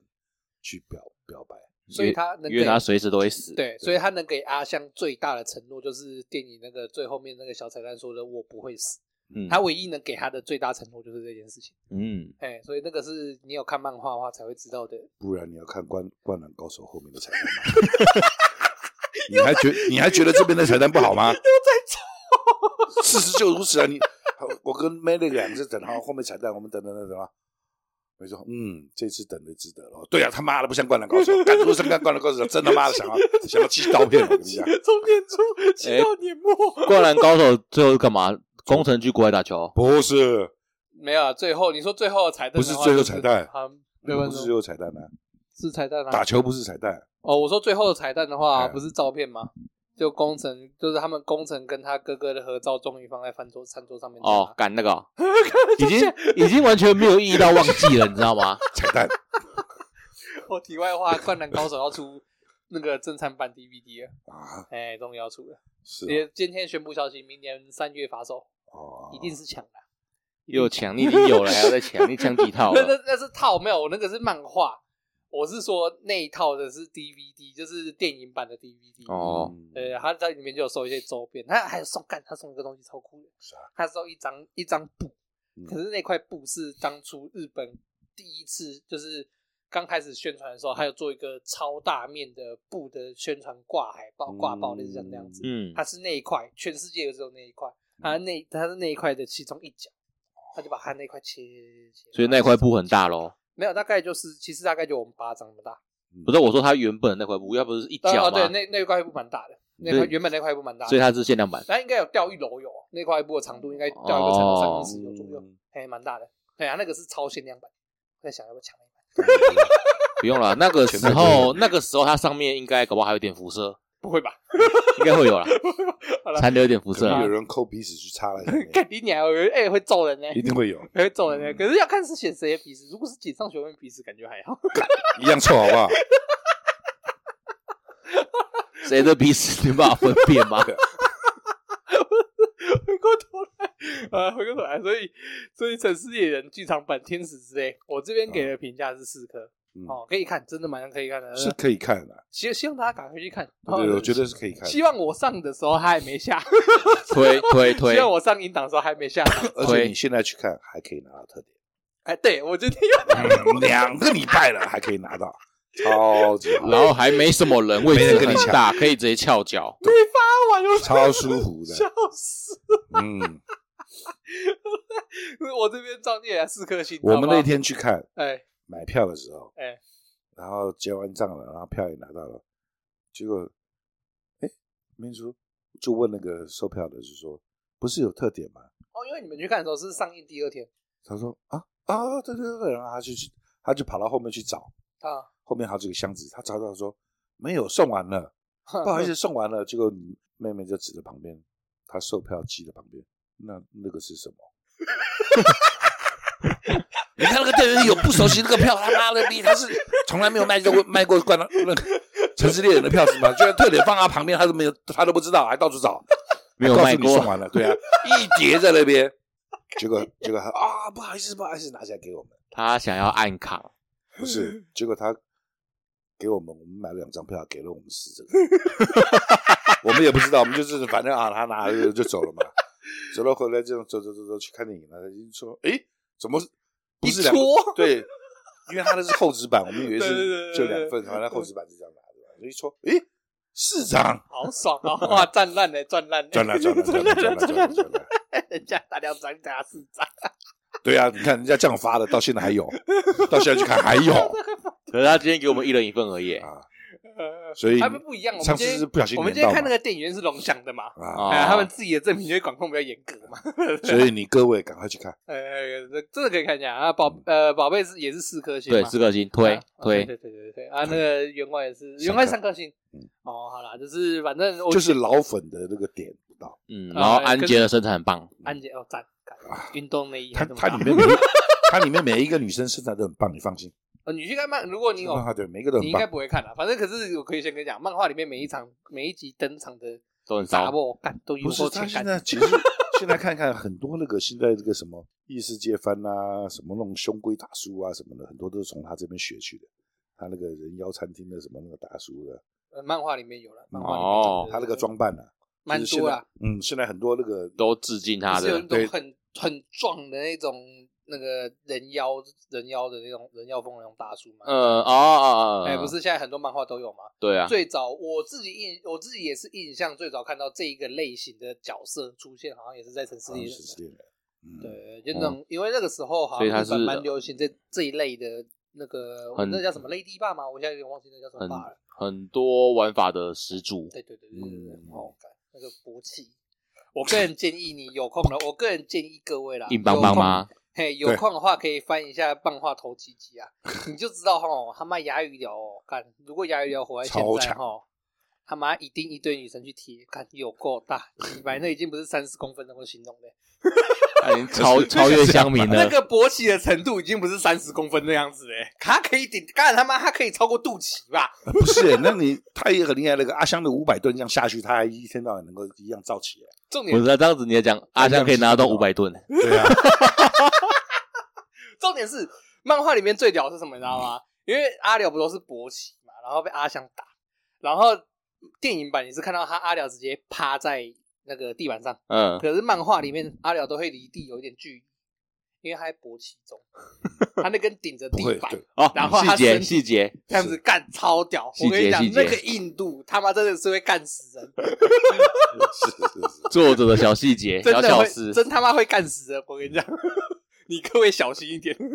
去表表白。所以他能因为给他随时都会死。，对，所以他能给阿香最大的承诺就是电影那个最后面那个小彩蛋说的“我不会死”，嗯，他唯一能给他的最大承诺就是这件事情。嗯，哎、所以那个是你有看漫画的话才会知道的。 不然你要看《灌灌篮高手》后面的彩蛋吗？你还觉你还觉得这边的彩蛋不好吗？事实就如此啊！你我跟 Melly 两次等好后面彩蛋，我们等等等等啊。我就说，嗯，这次等的值得了。对啊，他妈的不像《灌篮高手》，干出生看《灌篮高手》，真他妈的想要想要寄刀片，我跟你讲，从年初骑到年末，灌篮高手最后是干嘛？工程去国外打球。嗯不是 没有啊，最后你说最后的彩蛋的不话就是是最后彩蛋啊，没有不问是题只，有彩蛋啊，是彩蛋打啊。球不是彩蛋，哦，我说最后的彩蛋的话，哎不是照片吗？就工程，就是他们工程跟他哥哥的合照，终于放在饭桌餐桌上面。哦，，赶那个 哦已经已经完全没有意义到忘记了，你知道吗？彩蛋啊 我题外话，《灌篮高手》要出那个正餐版 DVD 了，啊，哎、终于要出了。是啊也今天宣布消息，明年三月发售，哦，一定是抢的。又抢，你已经有了，还要再抢，你抢几 套那那了？那是套，没有，我那个是漫画。我是说那一套的是 DVD，就是电影版的 DVD。哦，嗯，对，他在里面就有收一些周边，他还有送干，他送一个东西超酷的，他收一张一张布，嗯可是那块布是当初日本第一次就是刚开始宣传的时候，还有做一个超大面的布的宣传挂海报挂报，类似像那样子，嗯它是那一块，全世界只有那一块，它那它是那一块的其中一角，他就把它那块切，切所以那块布很大咯。没有，大概就是其实大概就我们巴掌那么大，不嗯是我说他原本的那块布，要不是一角哦对，吗？那那块布蛮大的，那所块以原本那块布蛮大的，所以它是限量版。那应该有掉一楼有那块布的长度，应该掉一个长度三公尺有左右哦嗯，哎、蛮大的。对啊，那个是超限量版。我在想要不要抢一版？不用了，那个时全部候那个时候它上面应该搞不好还有点辐射，不会吧？ 应该会有啦，好了，残留一点辐可射啊能啦有。人抠鼻屎去擦了，看你娘！我以为哎、会揍人呢、一定会有，会揍人呢、嗯可是要看是选谁的鼻子。如果是 井上雄彦鼻子，感觉还好。一样臭好不好？谁的鼻屎你有办法分辨 吗？回过头来，呃，回过头来，所以所以《城市猎人》剧场版《天使之泪》，我这边给的评价是四颗，嗯哦，可以看，真的蛮可以看的，是可以看的，希希望大家赶快去看，哦对，我觉得是可以看的。希望我上的时候他还没 下，推推推希，望我上音档的时候还没下，而且你现在去看还可以拿到特点， 哎，对我今天要嗯两个礼拜了还可以拿到，超级好，然后还没什么人，位没置人跟你很大，可以直接翘脚。被发完，我 超舒服的笑，死！嗯，我这边照念四颗星，我好们不好那天去看哎买票的时候，哎，然后结完账了，然后票也拿到了，结果，哎，民叔就问那个售票的，就说不是有特点吗？哦，因为你们去看的时候是上映第二天他说啊啊，对对对，然后他就去，他就跑到后面去找，啊，后面还有这个箱子，他找到说没有，送完了， 不不好意思，送完了。结果你妹妹就指着旁边，她售票机的旁边，那那个是什么？ 你看那个店员有不熟悉那个票，他妈的逼，他是从来没有卖过卖过关那个城市猎人的票是吗？居然特点放他旁边，他都没有，他都不知道，还到处找， 没有告诉卖你过送完了，对啊，一叠在那 边。结果结果他啊，不好意思，不好意思，拿起来给我们。他想要暗扛，不是，结果他给我们，我们买了两张票，给了我们四张， 我们也不知道，我们就是反正啊，他拿了就就走了嘛，走了回来就走走走走去看电影了，他就说，诶，怎么不是两一撮个？对，因为他那是厚纸板，我们以为对对对是对就两份，反正厚纸板就这样拿的嘛，所以说，诶，四张，好爽 啊！哇，赚烂嘞，赚烂嘞，转来转 来转来转来赚转来转来，烂，人家打两张，打四张，对啊，你看人家这样发的，到现在还有，到现在去看 还有可是他今天给我们一人一份而已。啊，呃所以他们不一样，我们上今次天是不小心我们今连天到看那嘛个电影院是龙翔的嘛，啊，哦哎，他们自己的正品就会管控比较严格嘛，所以你各位赶快去看。哎，这这个可以看一下啊，宝呃宝贝是也是四颗星嘛，对，四颗星推啊啊对推，对对对对啊，那个员工也是，三员工颗三颗星嗯，哦，好啦，就是反正我就是老粉的那个点不到，嗯，啊然后哎安可是杰的身材很棒，安姐哦赞，干啊运动内衣它还这么它大里面每 它里面每一个女生身材都很棒，你放心。呃你去看漫，如果你有啊，对，每一个都哦你很应该棒。不会看啦，反正可是我可以先跟你讲，漫画里面每一场每一集登场的都很杂哦骚。货干都有不够是，他情感。现在其实 现在看看很多那个现在这个什么异世界番啊，什么那种胸龟大叔啊什么的，很多都是从他这边学去的。他那个人妖餐厅的什么那个大叔的，呃漫画里面有了，漫画里面哦对他那个装扮啊，蛮就是现多在啦，嗯，现在很多那个都致敬他就是有的那，对种很很壮的那种那个人妖人妖的那种人妖风的那种大叔嘛。呃，哦哦哦，哎，不是，现在很多漫画都有嘛。对啊，最早我自己印，我自己也是印象最早看到这一个类型的角色出现，好像也是在《城市好猎像人是》这。人，嗯，对，就那种，因为那个时候好哦所以像他日本是蛮流行这这一类的那个，很那叫什么 Lady 爸嘛，我现在有点忘记那叫什么很爸了。很多玩法的始祖。对对对对对对嗯，哦，干那个勃起。我个人建议你有空了，我个人建议各位啦，硬邦 邦吗？嘿，啊有对空的话可以翻一下漫画头几集 啊，你就知道哈，他妈牙语聊哦，干，如果牙语聊活在现超在强哈，他妈一定一堆女生去贴，干有够大，李白那已经不是三十公分能够形容的，他已哎经 超超越乡民那了。个勃起的程度已经不是三十公分那样子嘞，他可以顶，干他妈他可以超过肚脐吧？ 不是，那你他也很厉害。那个阿香的五百吨这样下去，他还一天到晚能够一样造起来。重不点是啊，这样子你也讲，阿香可以拿到五百吨，对啊，重点是漫画里面最屌的是什么，你知道吗？嗯因为阿廖不都是勃起嘛，然后被阿香打，然后电影版你是看到他阿廖直接趴在那个地板上，嗯，可是漫画里面阿廖都会离地有一点距离，因为他在勃起 中，他那根顶着不地会，板对，哦然后，他细节身体细节，这样子干超屌。细我节跟你讲细，节那个硬度他妈真的是会干死人， 是是是。作者的小细 节，真欸小的巧会思，真他妈会干死人。我跟你讲， 你各位小心一点。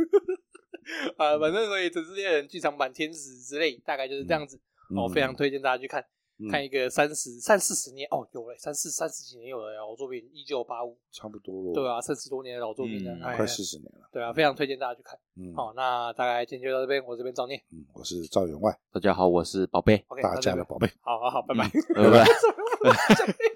啊，反正所以《城市猎人》剧场版《天使》之类，大概就是这样子。哦，非常推荐大家去看、嗯看一个三十三四十年哦，有了三四三十几年有了老作品，一九八五，差不多了，对，啊，三十多年的老作品了，嗯哎快四十年了。对啊，非常推荐大家去看。嗯，好、那大概今天就到这边，我这边照念嗯，我是赵员外， 大家好，我是宝贝， ，OK，大到这家边的宝贝。好好好，拜拜。嗯拜拜。 什么东西